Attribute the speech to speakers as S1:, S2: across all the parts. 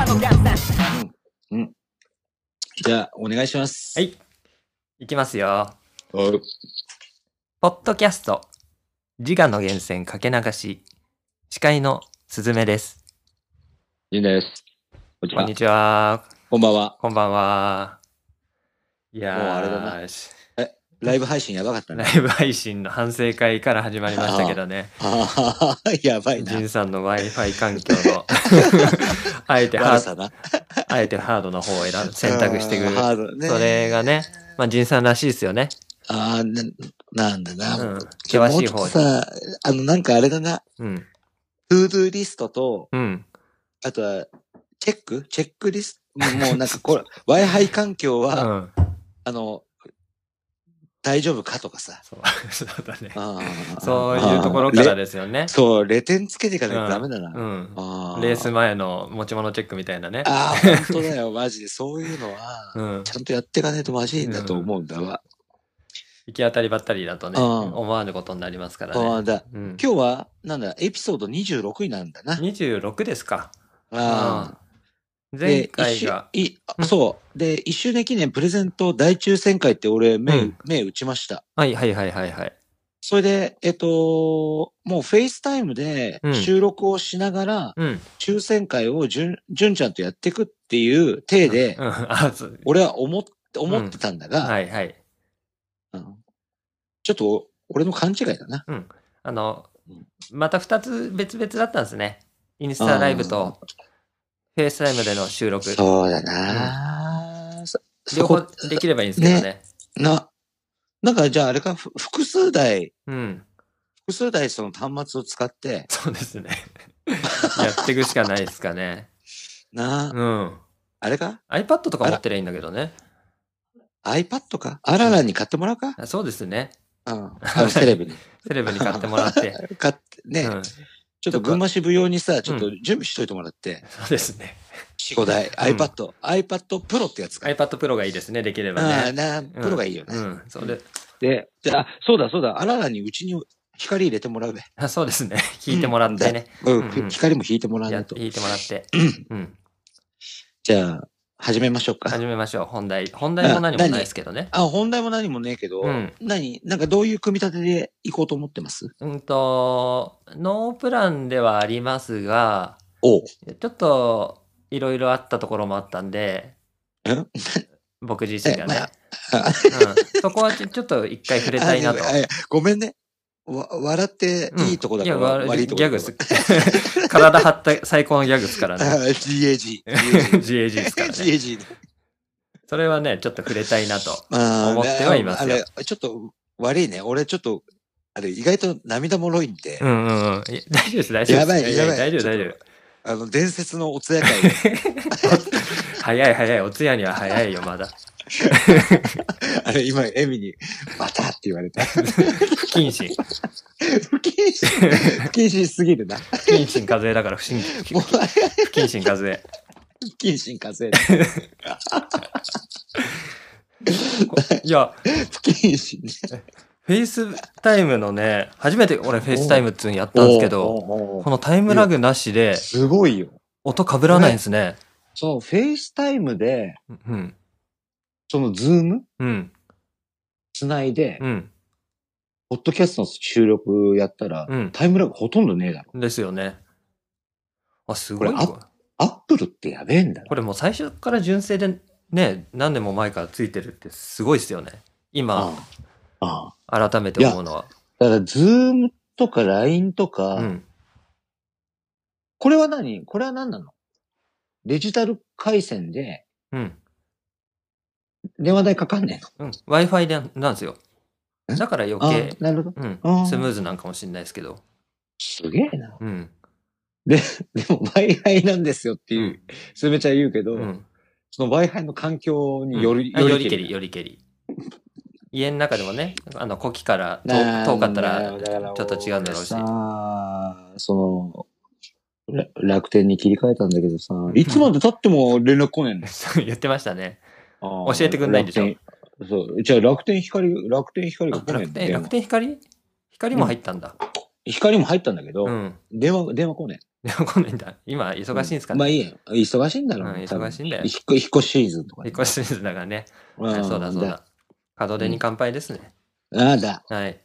S1: うん。うん。じゃあ、お願いします。
S2: はい。いきますよ。
S1: はい。
S2: ポッドキャスト。自我の源泉かけ流し。司会のすずめです。
S1: ジンです。こんにち
S2: こん
S1: は
S2: に。ちは。
S1: こんばんは。
S2: こんばんは。いやー
S1: もうあれだ
S2: し
S1: ライブ配信やばかった
S2: ラ
S1: ね。
S2: イブ配信の反省会から始まりましたけどね。
S1: ああ、やばいな
S2: ジ。ンさんの Wi-Fi 環境 の、あえてハ
S1: 悪
S2: ー
S1: さな。
S2: ド、あえてハードの方を選ぶ選択してく
S1: あー
S2: る。
S1: ハードね。
S2: それがね、まあ、ジンさんらしいですよね。
S1: ああ、ななんだ
S2: う
S1: な。
S2: ん。
S1: じゃあも
S2: 険し
S1: うち
S2: い
S1: ょっと
S2: 方に。
S1: さ、あの、なんかあれだな。
S2: うん。
S1: トゥードゥーリストと、
S2: うん。
S1: あとは、チェックチェックリストもうなんかこれ、Wi-Fi 環境
S2: う
S1: は、
S2: ん。
S1: あの、大丈夫かとかさ。
S2: そう、 そうだね。
S1: あー
S2: そういうところから
S1: れ
S2: ですよね。
S1: そう、レ点つけていかないとダメだ
S2: う
S1: な。
S2: ん。
S1: あ
S2: レース前の持ち物チェックみたいなね。
S1: あ あ、本当だよ、マジで。そういうのは、
S2: うん。
S1: ちゃんとやっていかないとマジいんだと思うんだわ。
S2: 行き当たりばったりだとね、
S1: うん
S2: 思わぬことになりますから
S1: あ
S2: ね。
S1: ーだ
S2: うん、
S1: 今日は、なんだ、エピソード26になるんだな。
S2: 26ですか。
S1: あ
S2: う
S1: ー
S2: ん前回が。。
S1: で一周いあ
S2: うん
S1: そう。で、一周年記念プレゼント大抽選会って俺、目、
S2: うん
S1: 目打ちました。
S2: はいはいはいはいはい。
S1: それで、えっと、もうフェイスタイムで
S2: うん
S1: 収録をしながら、
S2: うん。
S1: 抽選会をじゅん、じゅんちゃんとやっていくっていう体で、
S2: うん。あ、そう。
S1: 俺は思って、思ってたんだが、
S2: はいはい。
S1: うんちょっとお俺の勘違いだな。
S2: あの
S1: うん、
S2: また2つ別々だったんですね。インスタライブと、フェイスタイムでの収録。
S1: そうだな、そそ
S2: 両方
S1: こ、
S2: できればいいんですけどね。
S1: な、なんかじゃああれか、ふ複数台、
S2: うん。
S1: 複数台その端末を使って、
S2: そうですね。 やっていくしかないですかね。
S1: な、
S2: うん。
S1: あれか
S2: iPad とか持ってりゃいいんだけどね。
S1: ?iPad かあららに買ってもらうか、
S2: あそうですね。
S1: うん、あのテレビ に。
S2: セレブに買ってもらって。
S1: 買って、ね、
S2: うん。そ
S1: ちょっと群馬支部用にさ、ちょっ
S2: う
S1: と準備しといてもらって、
S2: うですね。
S1: 四五台、iPad、iPad Pro ってやつか。
S2: iPad Pro がいいですね、できれば
S1: ああ、
S2: ね。
S1: な、プロがいいよね。
S2: うん、そうで、
S1: で、じゃあ、そうだそうだ、あららにうちに光入れてもらうべ。
S2: あそうですね。弾いてもらってね。
S1: うん、
S2: うんうん
S1: 光も引いてもらわな
S2: や
S1: い
S2: っ
S1: と。
S2: 弾いてもらって。うん。
S1: じゃあ、始めましょうか。
S2: 始めましょう、本題。本題も何もないですけどね。
S1: あ、本題も何もねえけど、
S2: うん
S1: 何なんかどういう組み立てで行こうと思ってます
S2: うんと、ノープランではありますが、
S1: おう。
S2: ちょっと、いろいろあったところもあったんで、
S1: え
S2: 僕自身がね。
S1: えまあ
S2: うん、そこはちょちょっと一回触れたいなと
S1: あ。でもあごめんね。わ、笑っていいとこだから、
S2: うんいやわ
S1: 悪いとこ
S2: ギャ
S1: だ
S2: グ
S1: か
S2: っ
S1: ら。
S2: す。 体張った最高のギャグっすか らね。
S1: あ GAG。
S2: GAG ですからね。
S1: GAG ね。
S2: それはね、ちょっと触れたいなと。
S1: ま
S2: 思ってはいますよ
S1: あれ、ちょっと悪いね。俺ちょっと、あれ意外と涙もろいんで、
S2: うんうんうん。いや大丈夫です、大丈夫です。
S1: やばいやばい
S2: 大丈夫、
S1: ちょっ
S2: 大
S1: と
S2: 丈夫。
S1: あの、伝説のおつや 会で
S2: 早い早い、お通夜には早いよ、まだ。
S1: あれ今、エミに、またって言わ れた。
S2: 不謹慎。
S1: 不謹慎。不謹慎すぎる な。
S2: 不謹慎風邪だから不審、不
S1: もうあれ
S2: 謹慎風邪。
S1: 不謹慎稼い
S2: いや、
S1: 不謹慎ね。
S2: フェイスタイムのね、初めて俺フェイスタイムっていうのやったんですけど、
S1: おうおうおう
S2: このタイムラグなしで
S1: すごいよ。
S2: 音被らないんですね。
S1: そう、フェイスタイムで、
S2: うん。
S1: そのズーム
S2: うん。
S1: つないで、
S2: うん。
S1: ポッドキャストの収録やったら、
S2: うん
S1: タイムラグほとんどねえだろ。
S2: ですよね。あ、すごい
S1: これあ
S2: わ。
S1: アップルってやべえんだろ。
S2: これもう最初から純正でね、何年も前からついてるってすごいですよね。
S1: あ
S2: 今、
S1: あ。ああ
S2: 改めて思うのは。
S1: だから、ズームとか LINE とか、
S2: うん。
S1: これは何これは何なのデジタル回線で
S2: うん。
S1: 電話代かかんね
S2: うん。Wi-Fi でなんですよ。
S1: え
S2: だから余
S1: えの。
S2: 計、
S1: あなるほど。
S2: うん
S1: あ。ー
S2: スムーズなんかもしれないですけど。
S1: すげえな。
S2: うん。
S1: でも Wi-Fi なんですよって
S2: う
S1: いう、
S2: ん。
S1: すめちゃん言うけど、
S2: うん
S1: その Wi-Fi の環境により、
S2: あよりけ
S1: け
S2: り、
S1: り
S2: よりけり。家の中でもね、あの、呼気から遠
S1: な
S2: 遠かった
S1: な
S2: ら、
S1: んだよ
S2: ちょっと違うんだろうし
S1: 俺さその、ら楽天に切り替えたんだけどさ、いつまで経っても連絡来ねえんだよ。
S2: そう言ってましたね。
S1: 教
S2: 教えてくんないんでしょ
S1: そう。じゃあ楽天光、楽天光が
S2: あ
S1: 来ねえ
S2: 楽
S1: んだ
S2: 天、
S1: よ
S2: 楽。天光光も入ったんだ。
S1: 光も入ったんだけど、
S2: うん。
S1: 電話、電話来ね
S2: でわかんないんだ。今、忙しいんですかね。
S1: まあいいや。忙しいんだろう
S2: うん
S1: ね多分
S2: 忙しいんだよ
S1: 引っ越引っ越しシーズンとかね。
S2: 引っ越しシーズンだからね。
S1: う
S2: はい
S1: ん
S2: そうだそうだ。門出に乾杯ですね。
S1: だあだ。
S2: はい。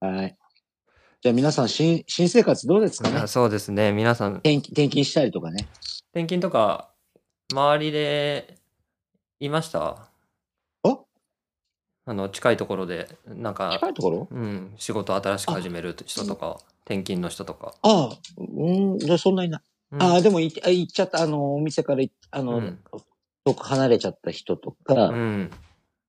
S1: はい。じゃあ皆さん、新、新生活どうですかね
S2: あそうですね。皆さん、
S1: 転勤転勤したりとかね。
S2: 転勤とか、周りで、いました
S1: お
S2: あの、近いところで、なんか、
S1: 近いところ
S2: うん、仕事新しく始める人とか、転勤の人とか。
S1: ああ、うん、じゃあそんなにな。
S2: うん
S1: ああ、でもいあ行っちゃった、あの、お店からい、あの、
S2: うん
S1: 遠く離れちゃった人とか、
S2: うん。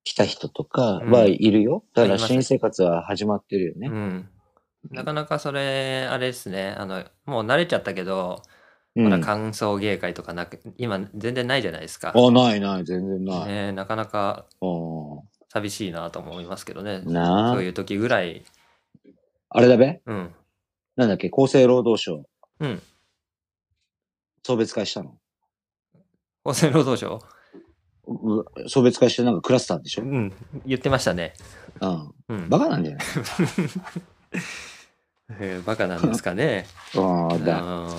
S1: 来た人とか
S2: うん
S1: はいるよ。だか
S2: い
S1: ら
S2: ます
S1: 新生活は始まってるよ
S2: う
S1: ね。
S2: ん。なかなかそれ、あれですね。あの、もう慣れちゃったけど、
S1: う
S2: まだ
S1: ん
S2: 歓送迎会とかなく、今全然ないじゃないですか。
S1: あ、ないない、全然ない。
S2: ね、なかなか
S1: う
S2: 寂しいなとも思いますけどね。
S1: んな
S2: そう
S1: あ。
S2: いう時ぐらい、
S1: あれだべ
S2: うん。
S1: なんだっけ厚生労働省。
S2: うん。
S1: 送別会したの
S2: 厚生労働省
S1: う送別会してなんかクラスターでしょ
S2: う。
S1: うん
S2: 言ってましたね。
S1: ん。
S2: うん。
S1: バカなんじゃない
S2: えーバカなんですかね。
S1: ああ、
S2: う
S1: だ。
S2: ん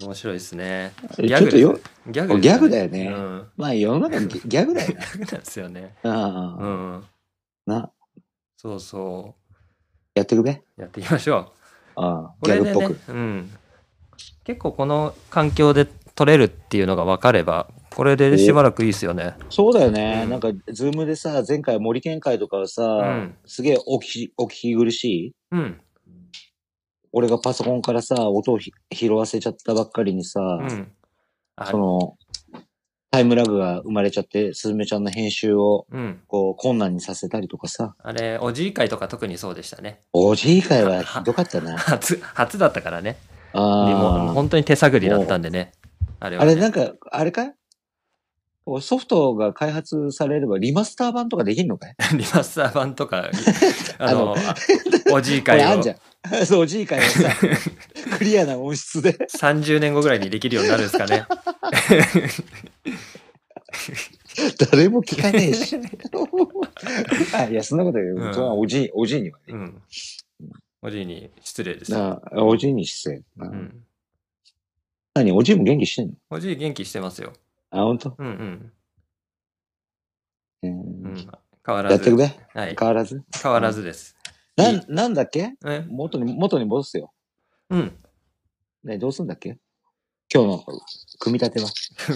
S2: 面白いですね。
S1: うんちょっとよ、
S2: ギャグですね
S1: ギャグだよね
S2: う。ん。
S1: まあ世の中のギギャグだよ
S2: ギ
S1: ね。
S2: ャグなんですよね。
S1: うん
S2: う
S1: うん
S2: ん。
S1: な、
S2: そうそ
S1: やってくべ。
S2: う。やっていきましょう。
S1: ああ
S2: こ
S1: ギャ
S2: れ
S1: グ
S2: で
S1: っぽ
S2: ね
S1: く。、
S2: うん、結構この環境で取れるっていうのが分かればこれでしばらくいいですよね
S1: そうだよね。
S2: うん
S1: なんか、ズームでさ、前回森健会とかはさ
S2: ん、
S1: すげえお聞き、お聞き苦しい
S2: うん
S1: 俺がパソコンからさ、音をひ拾わせちゃったばっかりにさ、
S2: うんあ
S1: その、タイムラグが生まれちゃって、すずめちゃんの編集を、
S2: うん
S1: こう、困難にさせたりとかさ、
S2: あれおじい会とか特にそうでしたね
S1: おじい会はひどかったな。
S2: 初初だったからねリモ
S1: あー
S2: 本当に手探りだったんでねあれは
S1: あ
S2: ね、
S1: れなんか、あれかいソフトが開発されればリマスター版とかできんのかい
S2: リマスター版 とかあのあおじい
S1: これ
S2: 会
S1: あん
S2: を
S1: じゃん。 そう、おじい会は さ、クリアな音質で。
S2: 30年後ぐらいにできるようになるんですかね
S1: 誰も聞かねえし。 あ、いや、そんなこと言う。
S2: うん
S1: それはおじい、おじいには
S2: う
S1: ね。
S2: んおじいに失礼です、
S1: なあおじいに失礼。
S2: う
S1: な。
S2: ん、
S1: 何おじいも元気してんの
S2: おじい元気してますよ
S1: あ、ほんと
S2: うんうん
S1: う
S2: うんん、変わらず。
S1: やってくべ。
S2: はい、
S1: 変わらず。
S2: 変わらずです。
S1: ない
S2: い
S1: ん、なんだっけ
S2: え
S1: 元に、元に戻すよ。
S2: うん。
S1: ね、どうすんだっけ今日の、組み立ては。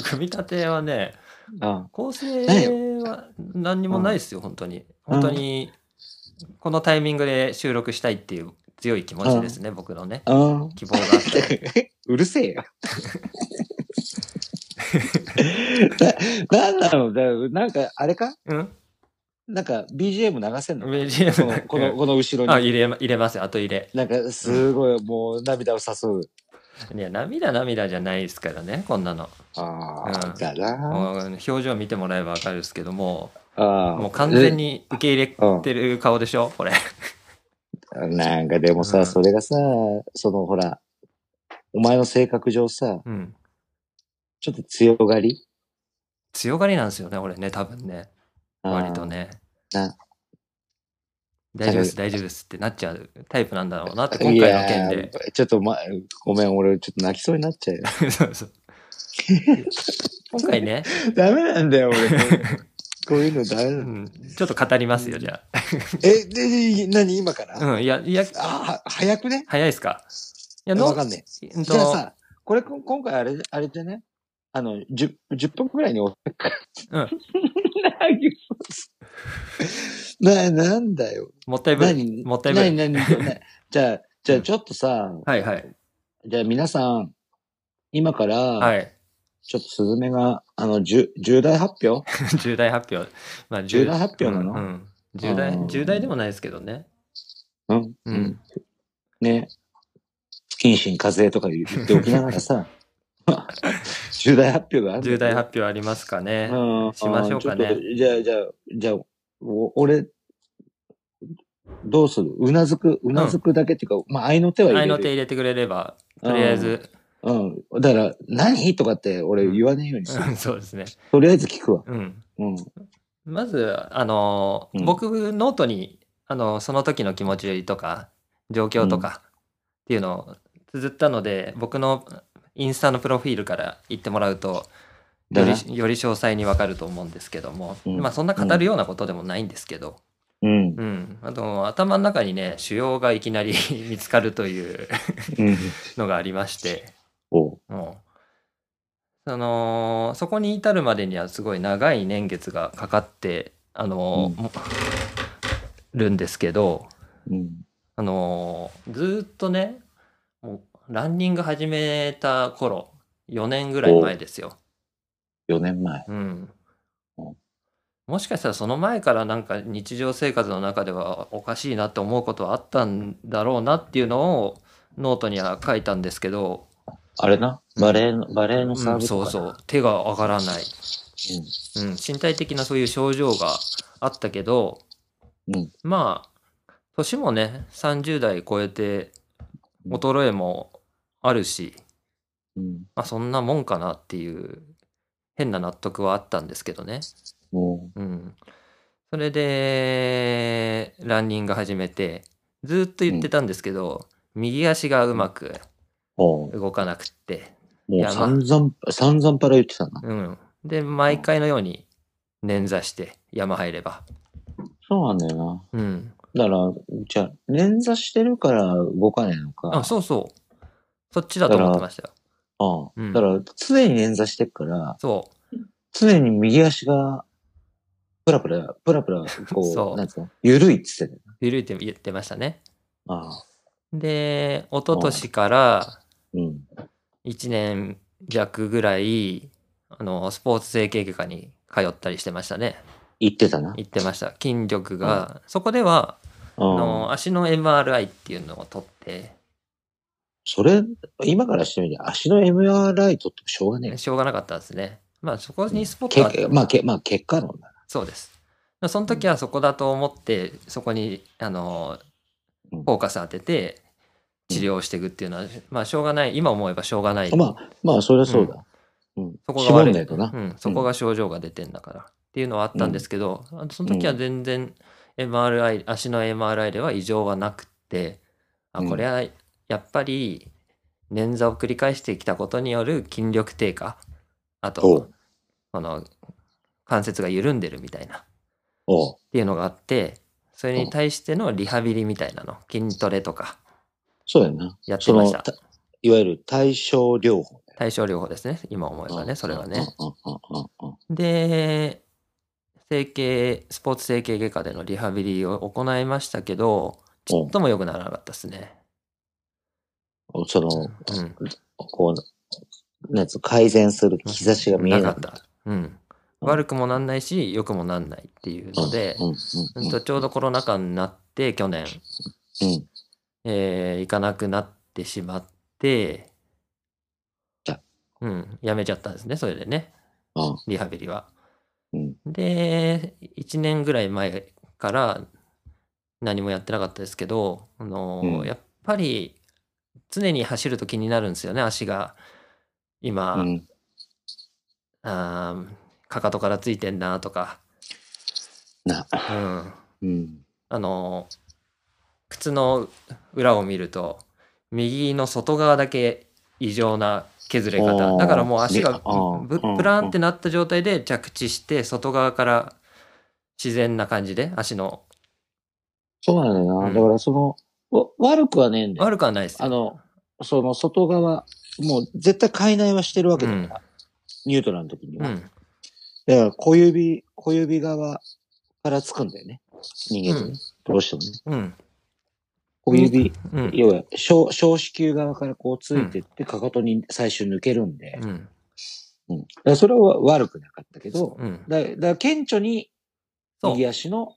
S2: 組み立てはね、
S1: あ
S2: 構成は何にもないですよ、本当に。本当に、このタイミングで収録したいっていう強い気持ちですね、僕のね。
S1: あ。ああ。
S2: 希望があって。
S1: うるせえよ。な、なんなのだなんか、あれか
S2: うん
S1: なんか、BGM 流せんのこ
S2: ?BGM
S1: の、この、この 後ろ
S2: あ
S1: に。
S2: 入れま、入れますよ、後入れ。
S1: なんか、すごい、もう、涙を誘う。
S2: いや、涙涙じゃないですからね、こんなの。
S1: あ
S2: うん
S1: あ、だな。
S2: もう表情見てもらえばわかるんですけども、
S1: ああ。
S2: もう完全に受け入れてる顔でしょ、これ。
S1: え。なんか、でも
S2: う
S1: さ、
S2: ん
S1: それがさ、その、ほら、お前の性格上さ、
S2: うん。
S1: ちょっと強がり
S2: 強がりなんですよね、俺ね、多分ね。割と。ね。
S1: な
S2: 大丈夫です、大丈夫ですってなっちゃうタイプなんだろうなって、今回の件で。
S1: いやーちょっと、ま、ごめん、俺、ちょっと泣きそうになっちゃう よ。
S2: そうそう今回ね、
S1: ダメなんだよ、俺。こういうのダメな
S2: う
S1: の。
S2: ん、ちょっと語りますよ、じゃ
S1: え、で、で何今から、
S2: あ。うん、いや、いや、
S1: あ、は早くね
S2: 早いですか。いや、
S1: わ
S2: の
S1: か、んねえ。
S2: うん
S1: じゃあ
S2: と、
S1: さ、これ、こ今回あれ、あれじゃねあの、10、10分くらいに終わるか。うん。 な、なんだよ。
S2: もったいぶり。
S1: 何
S2: もったいぶり
S1: 何、何、 何じゃあ、じゃあちょっとさ、
S2: はいはい。
S1: じゃあ皆さん、今から、
S2: はい。
S1: ちょっとスズメが、あの、重重大発表
S2: 重大発表。まあ、
S1: 重大発表なの
S2: うんうん重
S1: あ
S2: 大、
S1: ー
S2: 重大でもないですけどね。
S1: うん。
S2: う
S1: うんん。ね。不謹慎課税とか言っておきながら さ、 重大発表があるんだよ
S2: 重大発表ありますかね。
S1: うん
S2: しましょうかね
S1: あーちっとじゃあ、じゃあ、じゃあ、お俺、どうするうなずく、うなずくだけっていうか、まあ、愛の手は入れ
S2: 愛
S1: る。
S2: の手入れてくれれば、とりあえず、
S1: うん。だから、何とかって俺言わねえようにする。
S2: うんそうですね。
S1: とりあえず聞くわ。
S2: うん。
S1: うん。
S2: まず、あの、
S1: うん
S2: 僕、ノートに、あの、その時の気持ちとか、状況とかっていうのを綴ったので、僕のインスタのプロフィールから言ってもらうと、よ
S1: だな
S2: りより詳細にわかると思うんですけども、
S1: うん
S2: まあそんな語るようなことでもないんですけど、
S1: うん。
S2: うん、あと頭の中にね腫瘍がいきなり 見つかるという
S1: うん。
S2: のがありまして
S1: おう。
S2: もうそのそこに至るまでにはすごい長い年月がかかってあの、もるんですけど
S1: うん。
S2: あのずーっとねもうランニング始めた頃4年ぐらい前ですよ。
S1: 4年前。
S2: うん
S1: うん
S2: もしかしたらその前からなんか日常生活の中ではおかしいなって思うことはあったんだろうなっていうのをノートには書いたんですけど、
S1: あれな。バレーの、バレーのサー
S2: うん
S1: ブ
S2: そう
S1: とか
S2: そ
S1: な。
S2: う手が上がらない、
S1: うん。
S2: うん、身体的なそういう症状があったけど、
S1: うん
S2: まあ年もね30代超えて衰えもあるし、
S1: うん。
S2: まあ、そんなもんかなっていう変な納得はあったんですけどね。
S1: も
S2: うん。それで、ランニング始めて、ずーっと言ってたんですけど、右足がうまく
S1: う、もう、
S2: 動かなくって、
S1: も
S2: や
S1: う
S2: ば
S1: 散々、散々パラ言ってたな。
S2: うん。で、毎回のように捻挫して、山入れば。
S1: そうなんだよ
S2: うん。
S1: な。だから、じゃあ、捻挫してるから動かねえのか。
S2: あ、そうそう。そっちだと思ってましたよ。
S1: ああ
S2: うん
S1: だから、常に捻挫してるから、
S2: そ
S1: 常に右足が、プラプラ、プラプラ、こ、
S2: そうう
S1: なんつうの、ゆるいっつって
S2: う。緩いって言ってましたね。
S1: たよ。ああ。
S2: で、一昨年から
S1: うん。
S2: 1年弱ぐらい、あの、スポーツ整形外科に通ったりしてましたね。
S1: 言ってたな。
S2: 行ってました。筋力が、そこでは、
S1: あ
S2: あの足の MRI っていうのを取って、
S1: それ、今からしてみて、足の MRI 取ってもしょうがねえよ。
S2: しょうがなかったですね。まあそこにスポットあっ
S1: けまあ、けまあ、結果論だ
S2: そうです。その時はそこだと思って、そこに、あの、
S1: う
S2: フ
S1: ん
S2: ォーカス当てて、治療していくっていうのは、まあしょうがない、今思えばしょうがない。
S1: な。まあ、まあ、それはそうだ。うん。
S2: そこが
S1: 絞
S2: 悪
S1: ん
S2: い。
S1: ないとな
S2: う。ん、そこが症状が出てんだから。っていうのはあったんですけど、あのその時は全然 MRI、足の MRI では異常はなくて、あ、
S1: うん
S2: これはやっぱり捻挫を繰り返してきたことによる筋力低下、あ
S1: お
S2: と
S1: う、
S2: この関節が緩んでるみたいな、っ
S1: おう
S2: ていうのがあって、それに対してのリハビリみたいなの、筋トレとか
S1: そうだよな。
S2: やって
S1: そ
S2: まし
S1: の、
S2: た。
S1: たいわゆる対症療法だよ。
S2: 対症療法ですね、今思えばね、それはね。
S1: うん。うんうんうんうん
S2: で整形スポーツ整形外科でのリハビリを行いましたけどちょっとも良くならなかったですね。
S1: うん。その、
S2: うん、
S1: こう、なんつうの改善する兆しが見え
S2: な
S1: な
S2: か
S1: かっ
S2: っ
S1: た。
S2: た。うん、悪くもなんないし良くもなんないっていうので、
S1: うんうん
S2: うんとちょうどコロナ禍になって去年、
S1: うん。
S2: えー行かなくなってしまって
S1: じゃ、
S2: うん、やめちゃったんですねそれでね
S1: あ
S2: リハビリは。
S1: うん。
S2: で、1年ぐらい前から何もやってなかったですけど、あのー
S1: うん
S2: やっぱり常に走ると気になるんですよね、足が。今、
S1: うん。
S2: あーかかとからついてんなとか、
S1: な。
S2: うん、
S1: うん。
S2: あのー靴の裏を見ると、右の外側だけ異常な削れ
S1: あ
S2: 方。
S1: ー
S2: だからもう足
S1: ね
S2: が
S1: あー
S2: ぶ
S1: うん
S2: ぶらーんってなった状態で着地して、外側から自然な感じで足の
S1: そうなんだよな。
S2: うん
S1: だからその、わ悪くはねえんだよ。
S2: 悪くはないですよ。
S1: あの、その外側、もう絶対解内はしてるわけだから、
S2: うん
S1: ニュートラルの時に
S2: う
S1: は。
S2: ん、
S1: だから小指、小指側からつくんだよね。人間ってね、
S2: うん
S1: どうしてもね。
S2: うん、
S1: 小指、
S2: うん、
S1: 要は小、小子宮側からこうついてって、かかとに最終抜けるんで。
S2: うん、
S1: うん。だからそれは悪くなかったけど、
S2: うん、
S1: だだから顕著に
S2: そう
S1: 右足の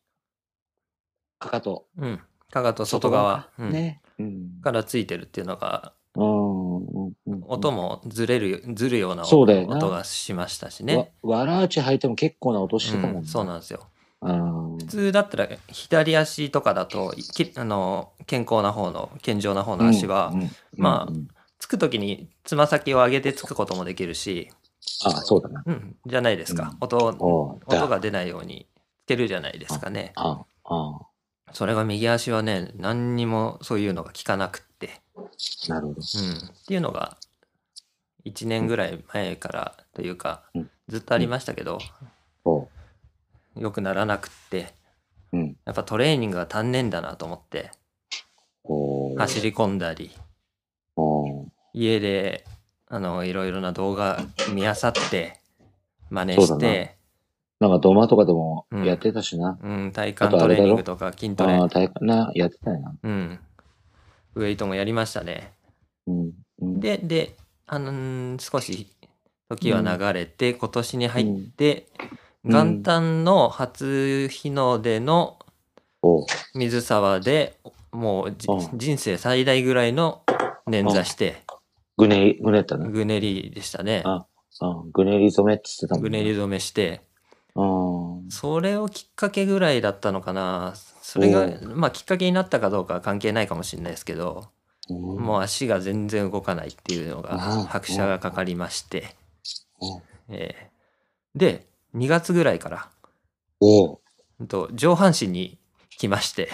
S1: かかと。
S2: うん、かかと外側、うん
S1: ね。うん。
S2: からついてるっていうのが、
S1: うんうんうん
S2: 音もずれる、ずるような
S1: そうだよな
S2: 音がしましたしね。
S1: わ。わらあち履いても結構な音してたもん、
S2: うん、そうなんですよ。
S1: うん。
S2: 普通だったら、左足とかだと、きあの、健康な方の、健常な方の足は、
S1: うん、うん
S2: まあ
S1: うん
S2: つくときにつま先を上げてつくこともできるし、
S1: ああ、そうだな。
S2: うん、じゃないですか。
S1: うん
S2: 音、
S1: おうだ
S2: 音が出ないようにつけるじゃないですかね。
S1: ああ、ああ。
S2: それが右足はね、何にもそういうのが効かなくって。
S1: なるほど。
S2: うん、っていうのが1年ぐらい前からというか
S1: うん
S2: ずっとありましたけど
S1: そ
S2: 良くならなくって
S1: う。うん。
S2: やっぱトレーニングが足んねえんだなと思って
S1: こう。
S2: 走り込んだり
S1: おー
S2: 家であのいろいろな動画見漁って真似
S1: そう
S2: し
S1: だな
S2: て
S1: なんかドマとかでも
S2: うん
S1: やってたしな。
S2: う、ん、体幹
S1: あとあ
S2: ト
S1: れ
S2: レ
S1: だろ
S2: ーニングとか筋トレ
S1: ああ、大変な、やってたよな。
S2: うんウエイトもやりましたね
S1: うん。うん、
S2: でであのー少し時は流れて、今年に入って、
S1: うん
S2: 元旦の初日の出の
S1: おう
S2: 水沢でもうじ、
S1: うん
S2: 人生最大ぐらいの捻挫して、
S1: ぐねり、ぐねったな。
S2: ぐねりでしたね
S1: あうん。ぐねり染めって言ってたもん
S2: ぐねり止めして
S1: うん。
S2: それをきっかけぐらいだったのかなそれが
S1: おう
S2: まあきっかけになったかどうかは関係ないかもしれないですけど、もう足が全然動かないっていうのが
S1: うん
S2: 拍車がかかりまして、
S1: うん
S2: えーで2月ぐらいから
S1: おう
S2: うんと上半身に来 まして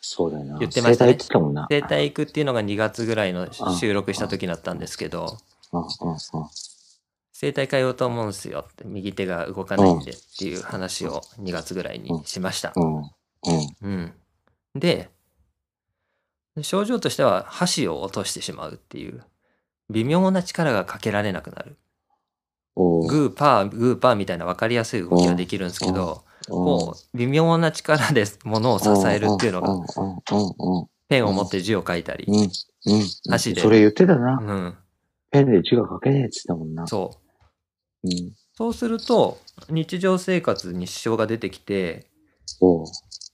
S1: そうだよな。
S2: 言ってましたね
S1: 整体って言ってたもんな。
S2: 整体行くっていうのが2月ぐらいの収録した時だったんですけど
S1: うんうんうん。
S2: 整体通おうと思うんですよって右手が動かないんでっていう話を2月ぐらいにしました
S1: う、ん。うん。
S2: うん、で症状としては箸を落としてしまうっていう微妙な力がかけられなくなる
S1: おう
S2: グーパーグーパーみたいな分かりやすい動きができるんですけどこう微妙な力で物を支えるっていうの
S1: う
S2: が
S1: んうんうんうん
S2: ペンを持って字を書いたり
S1: うん。うん。うん。
S2: 箸で
S1: それ言ってたな。
S2: うん
S1: ペンで字が書けねえって言ってたもんな。
S2: そ
S1: う
S2: う
S1: ん。
S2: そうすると、日常生活に支障が出てきて、
S1: おう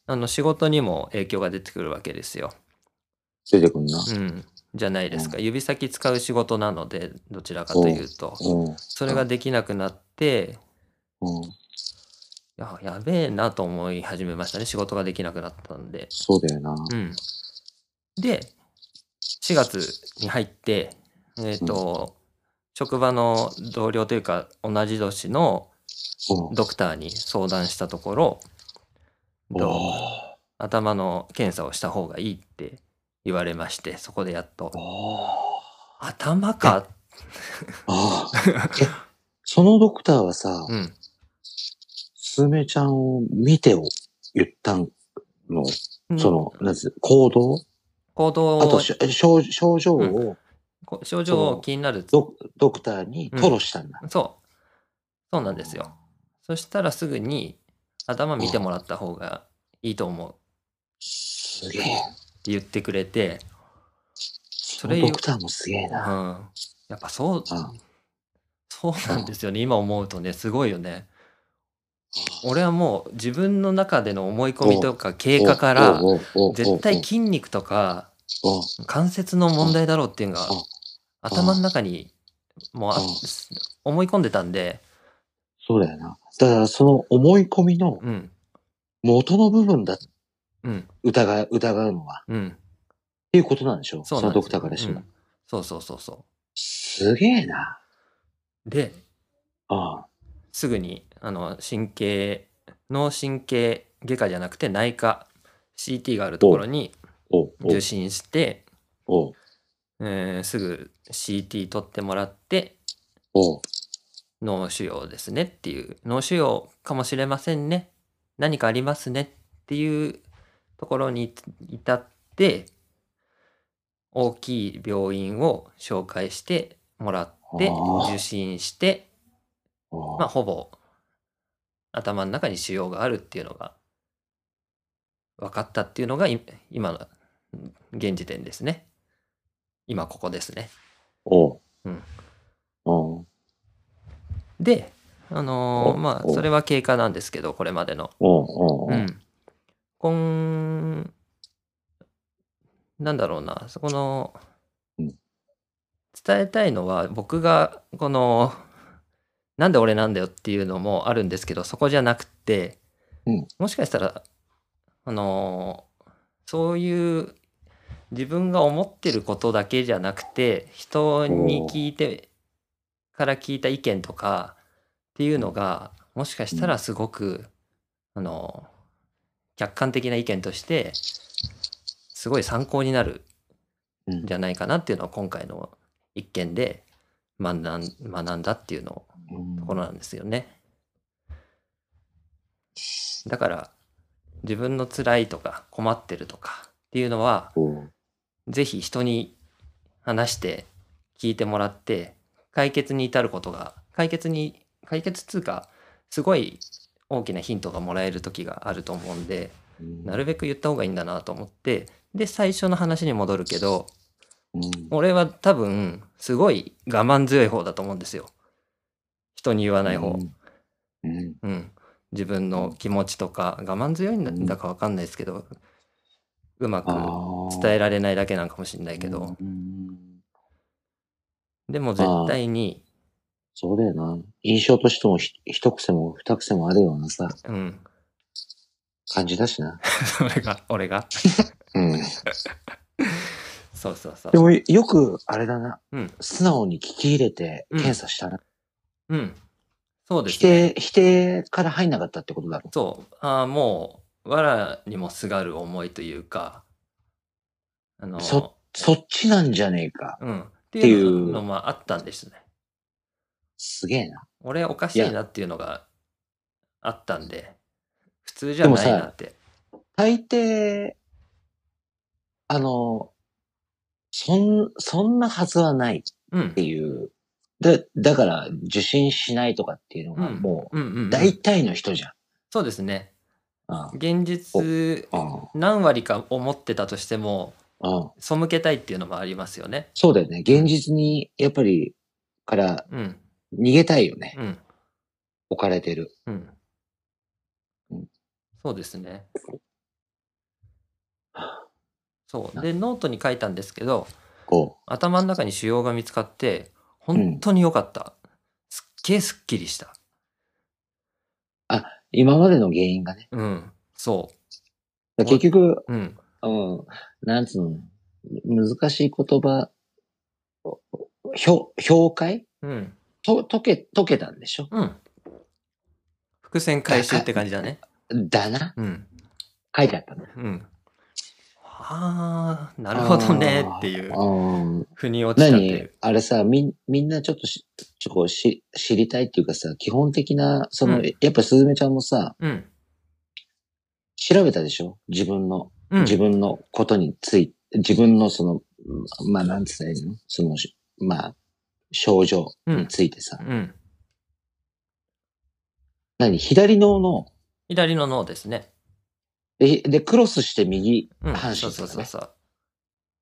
S2: あの仕事にも影響が出てくるわけですよ。
S1: 出てくんな。
S2: うん。じゃないですか。指先使う仕事なので、どちらかというと。
S1: うん。うん。
S2: それができなくなって、
S1: うん。
S2: いややべえなと思い始めましたね。仕事ができなくなったんで。
S1: そうだよな。
S2: うん。で、4月に入って、えっ、と、職場の同僚というか、同じ年の
S1: うん。
S2: ドクターに相談したところ、えっと
S1: おう
S2: 頭の検査をした方がいいって言われましてそこでやっと
S1: あ
S2: 頭か
S1: あ。え、そのドクターはさ、
S2: うん
S1: スズメちゃんを見てを言ったの、その、なんつう、行動
S2: 行動
S1: あと
S2: を
S1: し、症症状を
S2: こ症状を気になる
S1: ドドクターに吐露したんだ。
S2: そうそうなんですよそしたらすぐに頭見てもらった方がいいと思うっ
S1: すげえ。
S2: て言ってくれて
S1: そ
S2: れ
S1: の
S2: 言う
S1: ドクターもすげえ
S2: うん
S1: な。
S2: やっぱそう
S1: あ
S2: そうなんですよね今思うとねすごいよね俺はもう自分の中での思い込みとか経過から
S1: おうおうおうおう
S2: 絶対筋肉とか
S1: おう
S2: 関節の問題だろうっていうのが
S1: うんうん
S2: 頭の中にもうあ
S1: うん
S2: 思い込んでたんで、
S1: そうだよな。だからその思い込みの
S2: うん、
S1: 元の部分だ、
S2: うん、
S1: 疑う、疑うのは。っ
S2: うん、
S1: ていうことなんでしょ
S2: そう
S1: そ
S2: なん
S1: の
S2: で
S1: ド
S2: す
S1: クターからして
S2: う
S1: も
S2: ん。そうそうそうそ
S1: すげえな。
S2: う。で、
S1: ああ。
S2: すぐに、あの、神経、脳神経外科じゃなくて内科、CT があるところに
S1: おうおう
S2: 受診して、
S1: おう
S2: えーすぐ CT 取ってもらって、
S1: おう
S2: 脳腫瘍ですねっていう、脳腫瘍かもしれませんね。何かありますねっていうところに至って、大きい病院を紹介してもらって
S1: あー、
S2: 受診して、
S1: おう
S2: まあ、ほぼ頭の中に腫瘍があるっていうのが分かったっていうのがい今の現時点ですね。今ここですね。
S1: おう
S2: うん
S1: おう
S2: で、あのー
S1: お
S2: まあ、
S1: お
S2: それは経過なんですけど、これまでの。
S1: おうおうお
S2: う。
S1: うん
S2: こん、なんだろうな、そこの、
S1: うん
S2: 伝えたいのは、僕が、この、なんで俺なんだよっていうのもあるんですけど、そこじゃなくて、
S1: うん
S2: もしかしたら、あのー、そういう、自分が思ってることだけじゃなくて、人に聞いて、から聞いた意見とかっていうのが、もしかしたらすごく、あの客観的な意見としてすごい参考になる
S1: うん
S2: じゃないかなっていうのは今回の一件で学ん学んだっていうのところなんですよね。だから自分の辛いとか困ってるとかっていうのは
S1: うん
S2: ぜひ人に話して聞いてもらって解決に至ることが解決に解決つうかすごい大きなヒントがもらえる時があると思うんでなるべく言った方がいいんだなと思ってで最初の話に戻るけど
S1: うん
S2: 俺は多分すごい我慢強い方だと思うんですよ人に言わない方。
S1: うん
S2: うん、自分の気持ちとか我慢強いんだ
S1: うん
S2: だかわかんないですけど、うま
S1: あ
S2: く
S1: ー
S2: 伝えられないだけなんかもしれないけど、
S1: うん
S2: でも絶対に、
S1: そうだよな。印象としてもひ一癖も二癖もあるようなさ、
S2: うん、
S1: 感じだしな。
S2: それが俺が
S1: うん。
S2: そうそうそう
S1: でもよく、あれだな、
S2: うん
S1: 素直に聞き入れて
S2: うん
S1: 検査したら、
S2: うんそうで
S1: 否
S2: すね
S1: 定、否定から入んなかったってことだろ。
S2: そうあーもう藁にもすがる思いというかあの
S1: そそっちなんじゃねえか。
S2: うんって
S1: てい
S2: いううのもあったんですね
S1: すげえな。
S2: 俺おかしいなっていうのがあったんで普通じゃ
S1: でも
S2: な
S1: さ
S2: いなって
S1: 大抵、あの、そん、そんなはずはないっ
S2: うん
S1: ていう。だ、だから受信しないとかっていうのが
S2: うん
S1: も
S2: うんうんう
S1: う、
S2: ん
S1: 大体の人じゃん。
S2: そうですね
S1: あ
S2: 現実
S1: あ、あ
S2: 何割か思ってたとしても
S1: あ、ああ。
S2: 背けたいっていうのもありますよね
S1: そうだよね。現実に、やっぱり、から
S2: うん
S1: 逃げたいよね。
S2: うん
S1: 置かれてる。
S2: うん
S1: うん
S2: そうですね
S1: は
S2: そうでノートに書いたんですけど
S1: こ
S2: 頭の中に腫瘍が見つかって本当に良かった、すっげえすっきりした
S1: う。今までの原因がね。
S2: うんそ
S1: だから結局、
S2: ううん
S1: うん、なんつうの、難しい言葉、評、評価
S2: うん
S1: と、解け、解けたんでしょ
S2: うん伏線回収って感じだね
S1: だな
S2: うん
S1: 書いてあったね。
S2: うんああなるほどねっていう
S1: うん。
S2: 腑に落ちたってい
S1: 何
S2: う。
S1: あれさ、み、みんなちょっとし、ちょっとこうし、知りたいっていうかさ、基本的な、その、
S2: うん
S1: やっぱすずめちゃんもさ、
S2: うん。
S1: 調べたでしょ自分の、
S2: うん、
S1: 自分のことについて、自分のその、うんまあ、なんつったらいいのその、しまあ、症状についてさ、
S2: うん。
S1: 何左脳の、
S2: 左の脳ですね。
S1: で、で、クロスして右、
S2: うん。
S1: 半
S2: そう
S1: 身
S2: そ
S1: と
S2: う
S1: か
S2: そう
S1: ね。
S2: そう。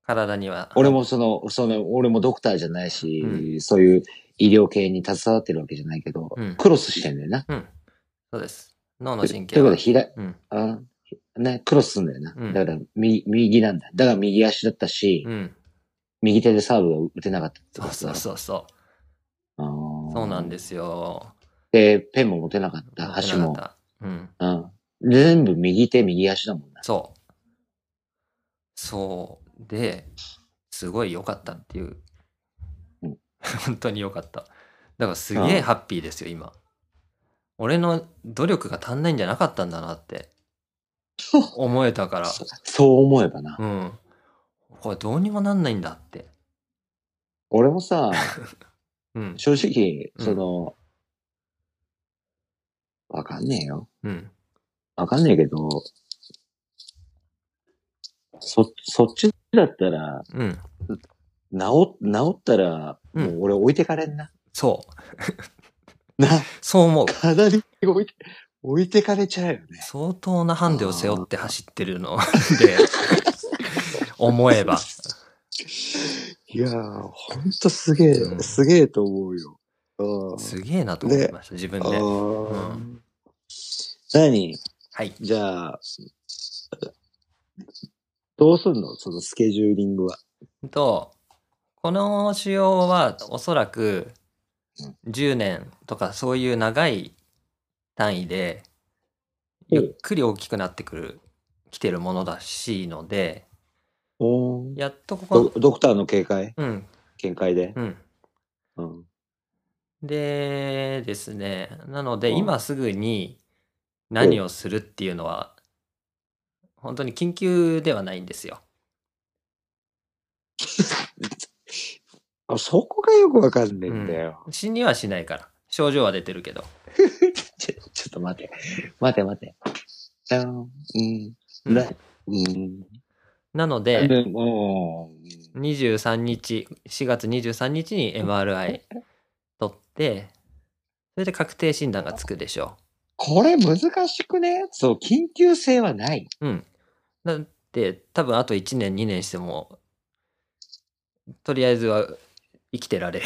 S2: 体には。
S1: 俺もその、その、俺もドクターじゃないし、
S2: う
S1: そういう医療系に携わってるわけじゃないけど、
S2: うん
S1: クロスしてんだよな。
S2: うん。そうです。脳の
S1: と
S2: 神
S1: とい
S2: 経
S1: うこと
S2: は
S1: で、。左、
S2: うん。
S1: あね、クロスすんだよな。
S2: うん
S1: だから、右、右なんだ。だから右足だったし、
S2: うん。
S1: 右手でサーブが打てなかったってこ
S2: そう
S1: と。
S2: そうそうそう。そうなんですすよ。
S1: で、ペンも持てなかった、箸
S2: な
S1: も
S2: か。った。うん。
S1: うん。全部右手、右足だもんな。
S2: そう。そう。で、すごい良かったっていう
S1: うん。
S2: 本当に良かった。だからすげえハッピーですよ、今。俺の努力が足んないんじゃなかったんだな って思えたから。
S1: そそう思えばな。
S2: うん。これどうにもなんないんだって。
S1: 俺も さ、
S2: うん。
S1: 正直、
S2: うん
S1: その、わかんねえよ。
S2: うん。
S1: わかんねえけど、そ、そっちだったら、
S2: うん。
S1: 治、治ったら、
S2: うん
S1: もう俺置いてかれんな。
S2: そう。
S1: な、
S2: そう思う。
S1: かなり置いて、置いてかれちゃうよね。
S2: 相当なハンデを背負って走って るので、思えば。
S1: いやー、ほんとすげえ
S2: うん
S1: すげえと思うよ。うん
S2: すげえなと思いました、自分
S1: あ
S2: で。
S1: ー
S2: う
S1: 何
S2: はい。
S1: じゃあ、どうすんのそのスケジューリングは。
S2: と、この仕様はおそらく10年とかそういう長い単位で、
S1: お
S2: ゆっくり大きくなってくる、来てるものだしいので、
S1: おー
S2: やっとこ
S1: ド
S2: こ、
S1: ドクターの警戒
S2: うん、
S1: 見解で。
S2: うん。
S1: うん。
S2: でですね、なので
S1: うん
S2: 今すぐに何をするっていうのは、本当に緊急ではないんですよ。
S1: あそこがよくわかんねえんだよ。
S2: 死にはしないから。症状は出てるけど。
S1: ちょちょっと待て。待て待て。じゃん。うん。
S2: うん
S1: な、うん。
S2: なので、
S1: でも、
S2: 23日、4月23日に MRI 取って、それで確定診断がつくでしょ
S1: これ難しくねそう、緊急性は ない。
S2: う。うん。だって、多分あと1年、2年しても、とりあえずは生きてられ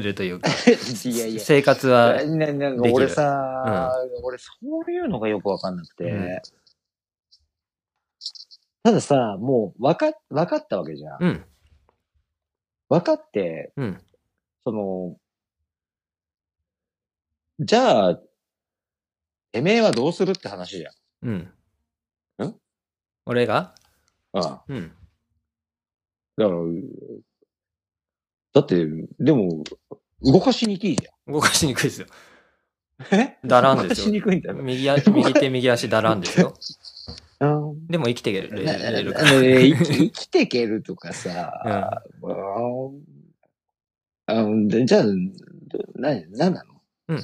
S2: るというか、
S1: いやいや。
S2: 生活は、
S1: ななんか
S2: できる
S1: 俺さ、俺そういうのがよくわかんなくて、
S2: うん
S1: たださ、もう分か、分かったわけじゃん。
S2: うん、
S1: 分かって、
S2: うん、
S1: その、じゃあ、てめえはどうするって話じゃ
S2: うん。
S1: ん
S2: 俺が
S1: ん。うん。だか
S2: うん。
S1: ら、だって、でも、動かしにくいじ
S2: 動かしにくいですよ。
S1: ゃん。え
S2: だらんです
S1: 動か
S2: よ
S1: しにくいんだよ。
S2: 右足右手、右足だらんですよ。
S1: うん
S2: でも生きていける
S1: なな
S2: れる
S1: な
S2: から。
S1: 生き生きていけるとかさ、うんあのでじゃあ、な、なんなの
S2: うん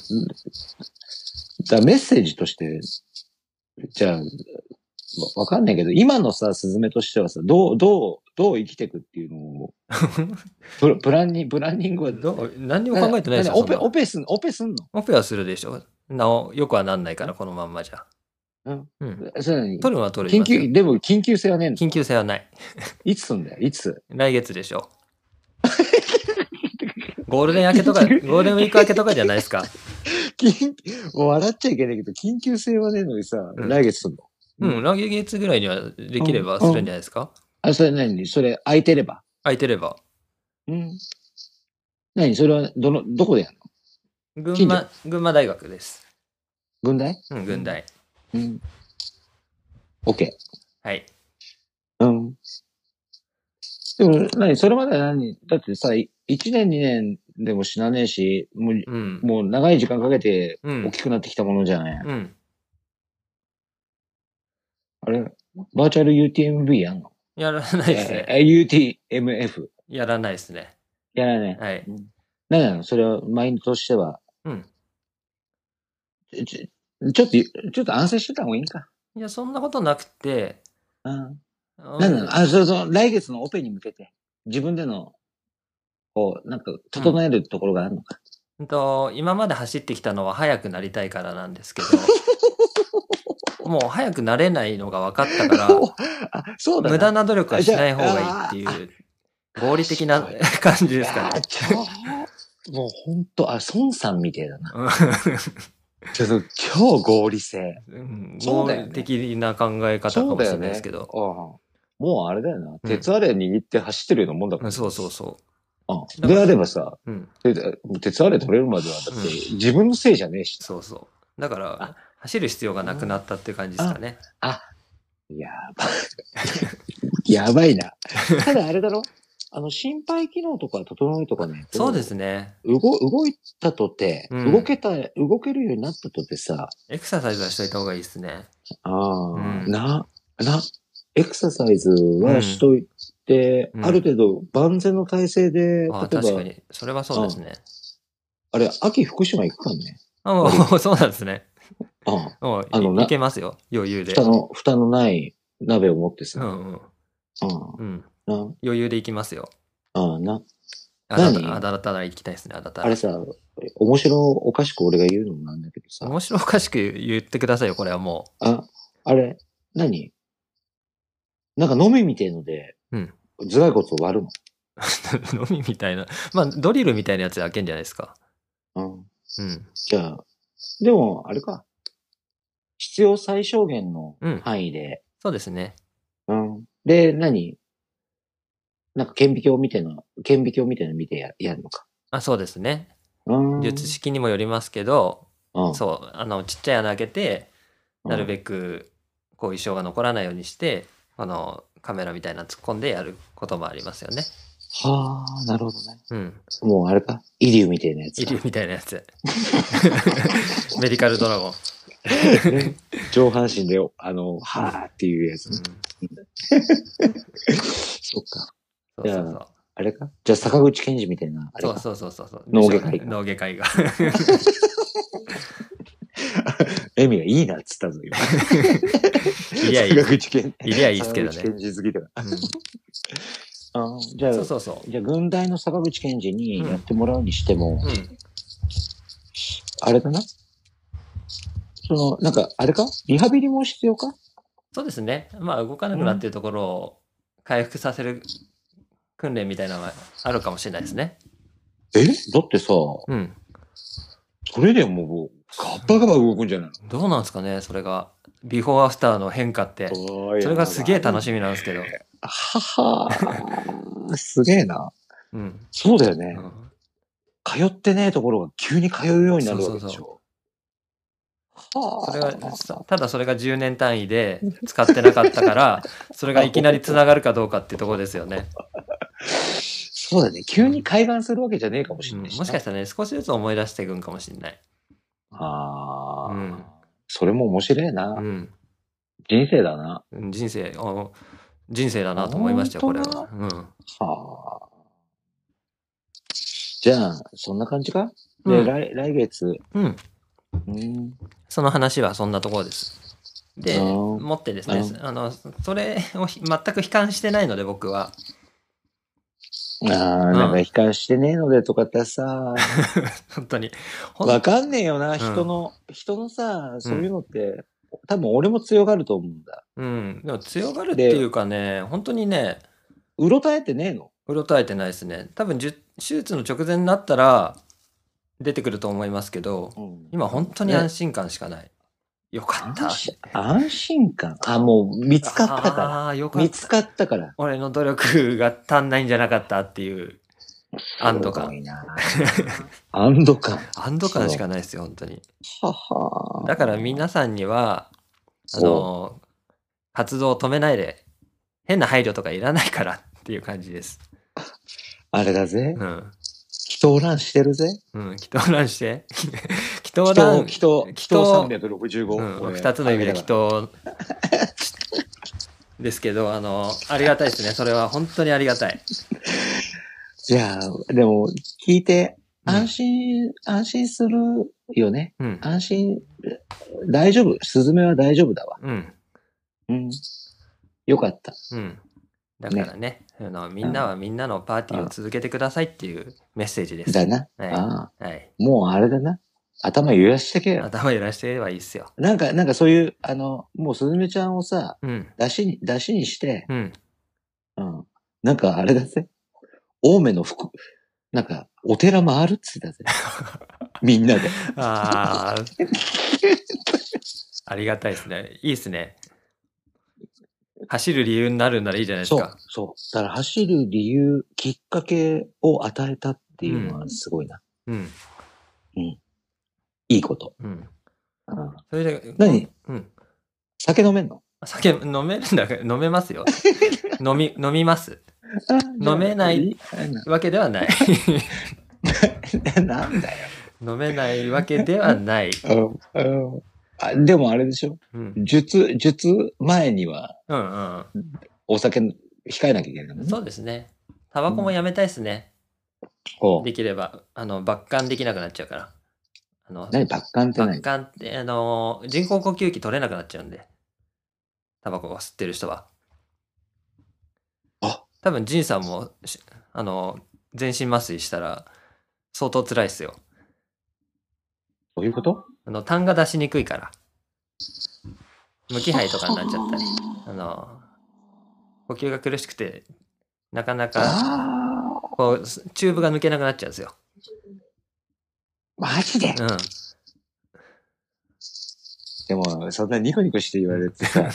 S1: じゃあメッセージとして、じゃあ、わわかんないけど、今のさ、スズメとしてはさ、どう、どう、どう生きていくっていうのを、プロプランニング、プランニングは、
S2: どう何にも考えてないですよ。
S1: オペ、
S2: そんな
S1: オペすん、オペすんの
S2: オペはするでしょ。なお、よくはなんないから、このまんまじゃ。
S1: うん。
S2: うん。
S1: それなのに
S2: 取るのは取れ
S1: 緊
S2: ますよ
S1: 急、でも緊急性はねえの
S2: 緊急性はない。
S1: いつすんだよ、いつ。
S2: 来月でし ょ。ゴールデン明 けとか、ゴールデンウィーク明けとかじゃないですか。
S1: 緊もう笑っちゃいけないけど、緊急性はねえのにさ、
S2: うん
S1: 来月すんの
S2: うん、来月ぐらいにはできればするんじゃないですか。
S1: あ、それ何それ空いてれば。
S2: 空いてれば。
S1: うん。何それは、どの、どこでやるの
S2: 群
S1: 近
S2: 馬、群馬大学です。
S1: 軍大
S2: うん、群大。
S1: うん。OK。
S2: はい。
S1: うん。でも、何それまで何だってさ、い1年2年でも死なねえし、もう、
S2: うん。
S1: もう長い時間かけて
S2: うん
S1: 大きくなってきたものじゃない、
S2: うん。
S1: あれバーチャル UTMV やんの
S2: やらないです
S1: え
S2: ね。
S1: ー ?UTMF。
S2: やらないですね。
S1: やらない。
S2: はい。
S1: 何なのそれは、マインドとしては。
S2: うん。
S1: ちょ、ちょっと、ちょっと安静してた方がいいんか。
S2: いや、そんなことなくて、
S1: うん。
S2: あ
S1: なんなのあ、そうそう、来月のオペに向けて、自分での、こう、なんか、整えるところがあるのか。
S2: うんと、今まで走ってきたのは速くなりたいからなんです けど、もう速くなれないのが分かったか
S1: あ、そう
S2: ら、
S1: だ
S2: 無駄
S1: な
S2: な努力はしない方がいいっていう、合理的な感じですか
S1: あー。
S2: ね
S1: ちょもう本当あ、孫さんみてえだな。ちょっと、超合理性。
S2: うん
S1: そう
S2: 合
S1: だよね
S2: 理的な考え方かもしれないですけ
S1: ああ
S2: ど。
S1: もうあれだよな。
S2: うん
S1: 鉄アレ握って走ってるようなもんだか
S2: う
S1: ら。
S2: んそうそうそ
S1: うんであればさ、
S2: う。うん、
S1: で鉄アレ取れるまでは、だって、
S2: う
S1: 自分のせいじゃねえし。
S2: そうそう。だか
S1: あ
S2: ら、走る必要がなくなったっていう感じですかね。
S1: やばい。 やばいな。ただあれだろあの、心肺機能とか整えとかね。
S2: そうですね。
S1: 動、動いたとて、
S2: うん
S1: 動けた、動けるようになったとてさ、
S2: エクササイズはしといた方がいいですね。
S1: ああ、
S2: うん
S1: な、な、エクササイズはしといて、
S2: うん
S1: ある程度万全の体制で、
S2: ああ
S1: 例
S2: 確か
S1: えば、
S2: に。それはそうですね。
S1: あれ、秋福島行くかね。
S2: あ、もう、そうなんですね。
S1: あ
S2: もう
S1: あの
S2: い、
S1: ない
S2: けますよ。余裕で。
S1: 蓋の、蓋のない鍋を持って
S2: う
S1: さ、
S2: んうん。
S1: う
S2: うん。
S1: ん、な、
S2: 余裕でいきますよ。
S1: あな、
S2: あだ
S1: 何
S2: た、あだたら行きたいですね、あだた
S1: あ
S2: ら
S1: れ。さ、面白おかしく俺が言うのもなんだけどさ、
S2: 面白おかしく言ってくださいよ、これはも
S1: あ、あれ、何なんか飲みみてえので、
S2: うん
S1: 頭蓋骨を割る
S2: う。飲みみたいな。まあ、ドリルみたいなやつで開けんじゃないですか。
S1: の。うん。
S2: うん。
S1: じゃあ、でも、あれか。必要最小限の
S2: うん。
S1: 範囲で。
S2: そうですね。
S1: うん。で、何なんか顕微鏡みたいな、顕微鏡みたいなの見てややるのか。
S2: あ、そうですね。
S1: うん。
S2: 術式にもよりますけど、
S1: うん。
S2: そう、あの、ちっちゃい穴開けて、なるべく後遺症が残らないようにして、あの、カメラみたいなの突っ込んでやることもありますよね。
S1: うん。はあ、なるほどね。
S2: うん。
S1: もうあれか。イリュウみたいなやつ
S2: 医
S1: か。
S2: 療みたいな やつ。メディカルドラゴン。
S1: ね上半身で、あの、はあっていうやつね。
S2: うん
S1: そっか。
S2: そうそうそう。
S1: あれかじゃあ坂口健二みたいな、あれ
S2: そう
S1: か。
S2: そうそうそうそう。
S1: 脳外科医が
S2: 脳外 科医が。
S1: エミがいいなっつったぞ、今。
S2: いやいい
S1: 坂口健
S2: いりゃいいっすけど
S1: 坂口
S2: ね。
S1: 健二好きだから。
S2: うん
S1: あーじゃあ、
S2: そうそうそ
S1: じゃあ軍隊の坂口健二にやってもらうにしても、
S2: う。うん。
S1: あれだな。その、なんか、あれかリハビリも必要か
S2: そうですね。まあ動かなくなっているところを回復させる訓練みたいなのはあるかもしれないですね。
S1: えだってさ、
S2: うん。
S1: それでもう、ガバガバ動くんじゃない
S2: どうなんですかね、それが。ビフォーアフターの変化って。
S1: の
S2: それがすげえ楽
S1: しい。
S2: しみなんですけど。
S1: はは、すげえな。
S2: うん。
S1: そうだよね。
S2: うん
S1: 通ってねえところが急に通うようになるわけでしょ。は
S2: それ
S1: あ
S2: が、さただそれが10年単位で使ってなかったから、それがいきなり繋がるかどうかってとこですよね。
S1: そうだね。急に開眼するわけじゃねえかもし
S2: う
S1: れ
S2: ん
S1: な
S2: も
S1: いし、
S2: しかしたらね、少しずつ思い出していくんかもしれない。
S1: ああ、
S2: うん
S1: それも面白いな。
S2: うん。
S1: 人生だな。
S2: 人生、あ人生だなと思いましたよ、これ
S1: 本当
S2: は。うん。
S1: はあ。じゃあ、そんな感じかで、
S2: うん
S1: 来来月、
S2: うん。
S1: うん、
S2: その話はそんなところです。で、
S1: うん
S2: 持ってですね、あの、それをひ全く悲観してないので、僕は。
S1: ああ、なんか悲観してねえのでとかってさ、
S2: 本当に。ほん
S1: わかんねえよな、人の、人のさ、そういうのって、多分俺も強がると思うんだ。
S2: うん。でも強がるっていうかね、本当にね、
S1: うろたえてねえの
S2: うろたえてないですね。多分、じゅ手術の直前になったら、出てくると思いますけど、今本当に安心感しかない。よかった。
S1: 安心安心感あ、もう見つかったか。
S2: ああー、よからっ
S1: 見
S2: た
S1: つ。かったから。
S2: 俺の努力が足んないんじゃなかったっていう安堵感
S1: すごいな。安堵感。
S2: 安堵感しかないですよ、本当に。
S1: はは。
S2: だから皆さんには、あ
S1: そう、
S2: の、活動を止めないで、変な配慮とかいらないからっていう感じです。
S1: あれだぜ。
S2: うん。
S1: 人乱してるぜ。
S2: うん。祈祷乱して。 祈祷
S1: 人、
S2: 乱。
S1: 人、人365。
S2: うん
S1: 俺
S2: 二つの意味で祈祷。ですけど、あの、ありがたいですね。それは本当にありがたい。
S1: いやー、でも、聞いて、
S2: うん
S1: 安心、安心するよね。
S2: うん。
S1: 安心、大丈夫。スズメは大丈夫だわ。
S2: うん。
S1: うん。よかった。
S2: うん。だからね、あのみんなはみんなのパーティーを続けてくださいっていうメッセージです。
S1: だな。
S2: はい
S1: ああ
S2: はい。
S1: もうあれだな。頭揺らしてけよ。
S2: 頭揺らしてればいいっすよ。
S1: なんか、なんかそういう、あの、もうスズメちゃんをさ、
S2: うん。
S1: 出しに、出しにして、
S2: うん。
S1: うん。なんかあれだぜ。青梅の服、なんか、お寺回るっつって たぜ。みんなで。
S2: ああ。 ありがたいですね。いいですね。走る理由になるならいいじゃないです
S1: そう
S2: か。、
S1: そう。だから走る理由、きっかけを与えたっていうのはすごいな。
S2: うん。
S1: いいこと。
S2: うん。
S1: うん
S2: それで、
S1: 何
S2: うん。
S1: 酒飲めんの
S2: 酒飲めるんだけど、飲めますよ。 飲み、飲みます。飲めない。
S1: あじゃ
S2: わけではない。
S1: あななんだよ。
S2: 飲めないわけではない。
S1: うんうんあでもあれでしょ
S2: うん。
S1: 術、術前には
S2: うんうん
S1: お酒控えなきゃいけない
S2: うん。
S1: のね。
S2: そうですね。タバコもやめたいですね。
S1: ほう
S2: できれば。あの、抜管できなくなっちゃうから。あの、
S1: 何、バッカンって
S2: 爆
S1: 何
S2: 管って、あのー人工呼吸器取れなくなっちゃうんで。タバコを吸ってる人は。
S1: あ
S2: 多分、ジンさんもし、あのー全身麻酔したら、相当辛いっすよ。
S1: どういうこと
S2: あの、痰が出しにくいから。無気配とかになっちゃったり。あのー呼吸が苦しくて、なかなか、
S1: ああ、
S2: こう、すチューブが抜けなくなっちゃうんですよ。
S1: マジで
S2: うん。
S1: でも、そんなニコニコして言われてさ。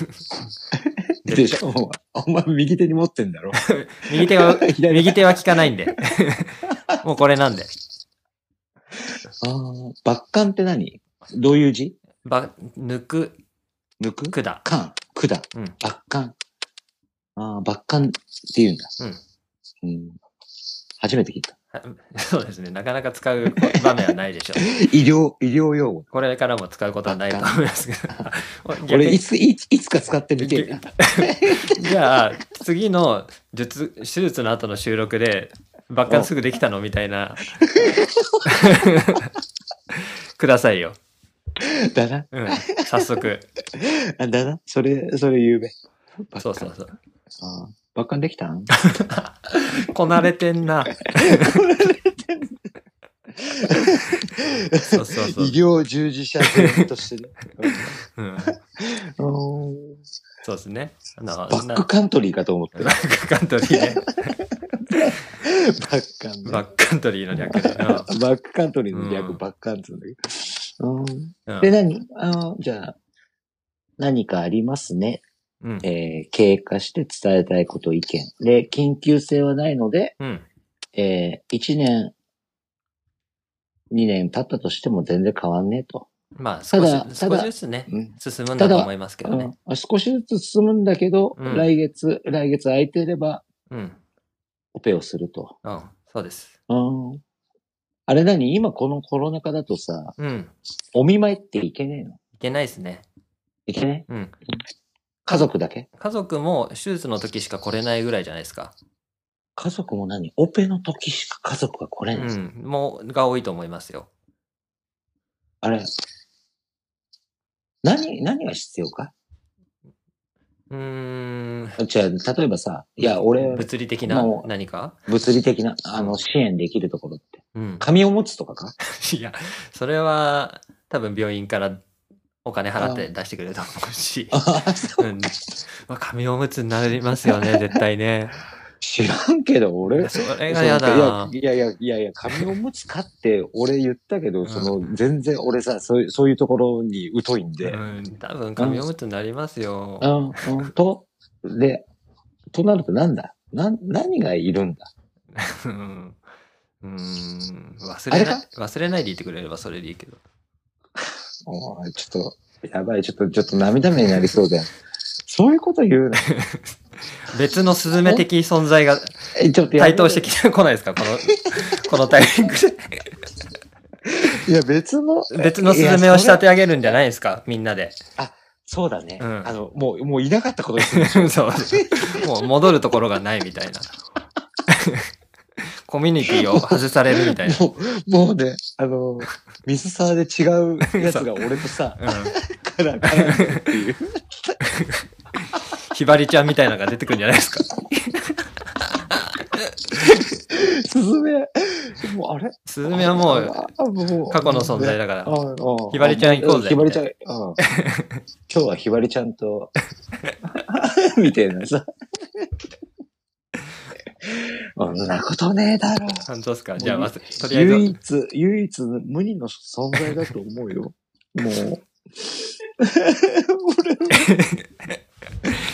S1: でしょもうお前右手に持ってんだろ
S2: 右手は、
S1: 左
S2: 右手は効かないんで。 もうこれなんで。
S1: ああ、抜管って何どういう字
S2: ば、抜く、
S1: 抜く
S2: くだ。
S1: 管、管、
S2: うん
S1: 抜管。ああ、抜管って言うんだ。
S2: うん
S1: うん。初めて聞いた。
S2: そうですね。なかなか使う場面はないでしょう。
S1: 医療、医療用語。
S2: これからも使うことはないと思いますけど。
S1: 俺、い
S2: 逆
S1: つ、いついつか使ってみてえな。
S2: にじゃあ、次の術、手術の後の収録で、バッカンすぐできたのみたい な。くださいよ。
S1: だな。
S2: うん。早 速。
S1: あだな。それ、それ言うべ。バッカン
S2: そうそうそう。
S1: ああバッカンできたん
S2: こなれてんな。そうそうそう
S1: 医。療従事者全と してね。
S2: うん、
S1: うん
S2: そうですね。あの
S1: バッ
S2: な
S1: クカントリーかと思って。
S2: バ
S1: バ
S2: ックカントリーね。
S1: ッカンね。
S2: バックカントリーの略で。
S1: バックカントリーの
S2: う
S1: 略、
S2: ん
S1: バックカントリーだけど。うん
S2: うん
S1: で、何あのじゃあ、何かありますね。
S2: うん。
S1: えー経過して伝えたいこと、意見。で、緊急性はないので、
S2: うん。
S1: えー、1年、2年経ったとしても全然変わんねえと。
S2: まあ、
S1: た
S2: 少し
S1: だた
S2: 少
S1: だ
S2: しずつね、
S1: うん
S2: 進むんだと思いますけどね。
S1: うん少しずつ進むんだけど、
S2: うん
S1: 来月、来月空いていれば、
S2: うん。
S1: オペをすると。
S2: うん。そうです。
S1: うん。あれ何今このコロナ禍だとさ、
S2: うん。
S1: お見舞いっていけねえの
S2: いけないですね。
S1: いけねえ
S2: うん。
S1: 家族だけ
S2: 家族も手術の時しか来れないぐらいじゃないですか。
S1: 家族も何オペの時しか家族が来れ
S2: う
S1: ない。
S2: ん。もう、が多いと思いますよ。
S1: あれ何、何が必要か
S2: うーん。
S1: じゃあ、例えばさ、いや、俺、
S2: 物理的な
S1: もう
S2: 何か
S1: 物理的な、あの、支援できるところって。
S2: うん。
S1: 紙を持つとかか
S2: いや、それは、多分病院からお金払って出してくれると思うし。
S1: あそう
S2: うん。まあ、紙おむつになりま すよね、絶対ね。
S1: 知らんけど、俺。
S2: それがやだな。
S1: いやいやいやいや、紙を持つか って俺言ったけ
S2: うん
S1: ど、その、全然俺さ、そういう、そういうところに疎いんで。
S2: うん、多分紙おむつになりますよ。
S1: うん、うん、と、で、となるとなんだな、何がいるんだ
S2: うん。うん忘
S1: あ
S2: れ
S1: れ
S2: ない
S1: か、
S2: 忘れないでいてくれればそれでいいけど。
S1: おいちょっと、やばい、ちょっと、ちょっと涙目になりそうだよ。そういうこと言う な。
S2: 別のスズメ的存在が
S1: えちょっとやめ
S2: 台頭してきてこないですか この、このタイミング
S1: いや、別の。
S2: で。別のスズメを仕立て上げるんじゃないですかみん なで。
S1: そうだね。
S2: うん
S1: あの、もう、もういなかったこと でする。
S2: そう。もう戻るところがないみたいな。 コミュニティを外されるみたいな。
S1: もう、もうね、あの、水沢で違うやつが俺と さ、
S2: うん。
S1: からからっていう。
S2: ひばりちゃんみたいなのが出てくるんじゃないですか。
S1: スズメ、もうあれ
S2: スズメはもう
S1: あもう
S2: 過去の存在
S1: だ
S2: だから。ひ
S1: ひ
S2: ばりちゃん行こうぜ
S1: ひばりちゃん、うん今日はひばりちゃんと、 みたいなさ。そんなことねえだろ。
S2: 本当ですかじゃあ、まず、とりあえ
S1: 唯
S2: ず、
S1: 一、唯一無二の存在だと思うよ。もう。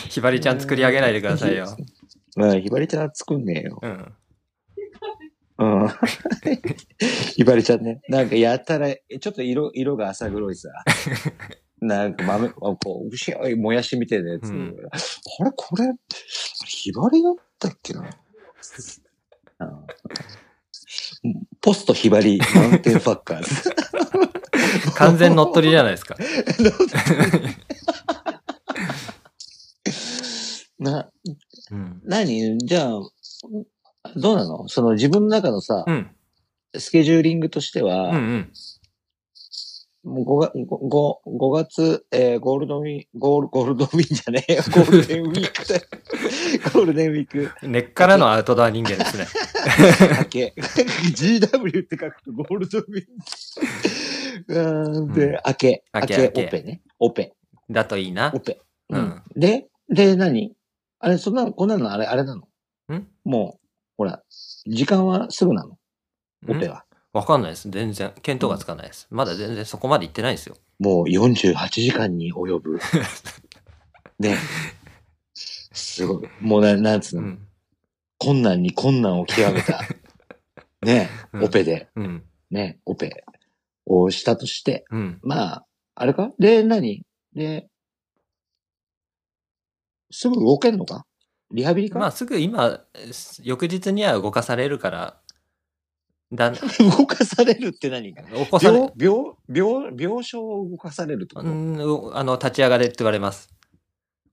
S2: ひばりちゃん作り上げないでくださいよ。
S1: まあ、ひばりちゃんは作んねえよ。
S2: うん。
S1: うん。ひばりちゃんね。なんかやたら、ちょっと色、色が浅黒い さ。なんか豆、あこう、白いもやしみたいなやつ。
S2: うん
S1: あれこれ、あれひばりだったっけな。うんポストひばり、マウンテンファッカー ズ。
S2: 完全乗っ取りじゃない ですか。
S1: な、
S2: うん。
S1: 何じゃあ、どうなのその自分の中のさ、
S2: うん。
S1: スケジューリングとして
S2: う
S1: は、
S2: んうん。
S1: もう 5, 五五月、えーゴールドウィン、ゴール、ゴールドウィンじゃねえよ。ゴールデンウィークだよ。ゴールデンウィーク
S2: 根っからのアウトドア人間ですね。
S1: 明 け。GW って書くとゴールドウィン。うーん
S2: うん
S1: で、明け。
S2: 明
S1: 明
S2: け
S1: け、
S2: 明け
S1: オペね。オペ、
S2: だといいな
S1: オ。ペ。
S2: う
S1: うんん。で、で、何あれ、そんなの、こんなのあれ、あれなの
S2: ん
S1: もう、ほら、時間はすぐなのオペ
S2: ん
S1: は。
S2: わかんないです。全然。見当がつかないです。まだ全然そこまで行ってないですよ。
S1: もう48時間に及ぶ。ね。すごい。もうな、なんつう
S2: う
S1: の、
S2: ん。
S1: 困難に困難を極め た、ね、
S2: うん
S1: オペで、
S2: うん。
S1: ね、オペをしたとして、
S2: うん。
S1: まあ、あれかで、何で、すぐ動けんのかリハビリか、
S2: まあ、すぐ今、翌日には動かされるから、だ、
S1: 動かされるって何か
S2: 起こされ、
S1: 病、病、病、病床を動かされるってこ
S2: う
S1: と、
S2: ん、あの、立ち上がれって言われます。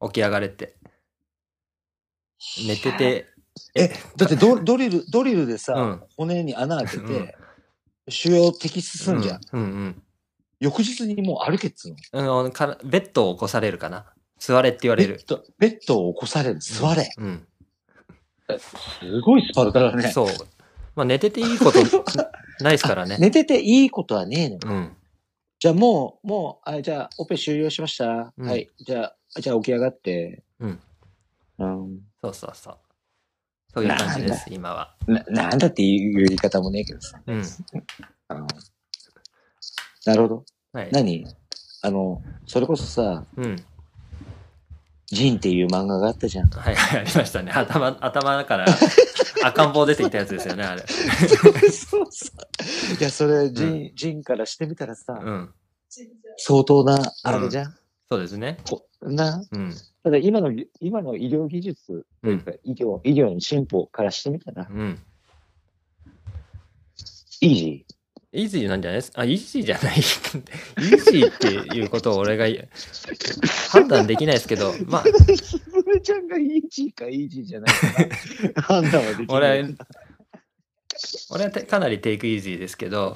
S2: 起き上がれって。寝てて、
S1: え、だってドドリル、ドリルでさ、
S2: うん
S1: 骨に穴開け
S2: うん
S1: て、腫瘍摘出すんじゃん。
S2: うんうん
S1: 翌日にもう歩けっつうの。
S2: うん。あのからベッドを起こされるかな。座れって言わ
S1: ベ
S2: れる
S1: ッ。ド、ベッドを起こされる。座れ。
S2: うん。
S1: すごいスパルタだね。
S2: そう。まあ、寝てていいことないですからね。
S1: 寝てていいことはねえの。
S2: うん。
S1: じゃあもう、もう、あじゃあ、オペ終了しました。
S2: うん
S1: はい。じゃあ、じゃあ起き上がって。
S2: うん
S1: うん。
S2: そうそうそう。そういう感じです、今は。
S1: な、なんだっていう言い方もねえけどさ。
S2: うん。
S1: うんなるほど。
S2: はい。
S1: 何あの、それこそさ、
S2: うん。
S1: ジンっていう漫画があった じゃん。
S2: はいはい、ありましたね。頭、頭から赤ん坊出てきたやつですよね、 あれ。
S1: そうそう。いや、それ、ジン、ジンからしてみたらさ、
S2: うん。
S1: 相当な、あれじゃん、
S2: そうですね。
S1: こな、
S2: うん。
S1: ただ今の、今の医療技術というか、医療、医療の進歩からしてみたら、
S2: うん。
S1: イージ
S2: イージーなんじゃないですあ、イージーじゃ ない。イ ージーっていうことを俺が判断できないですけど、まあ、
S1: ー。すずめちゃんがイージーかイージーじゃないか判断はできな
S2: 俺
S1: い。
S2: は、俺はてかなりテイクイージーですけど、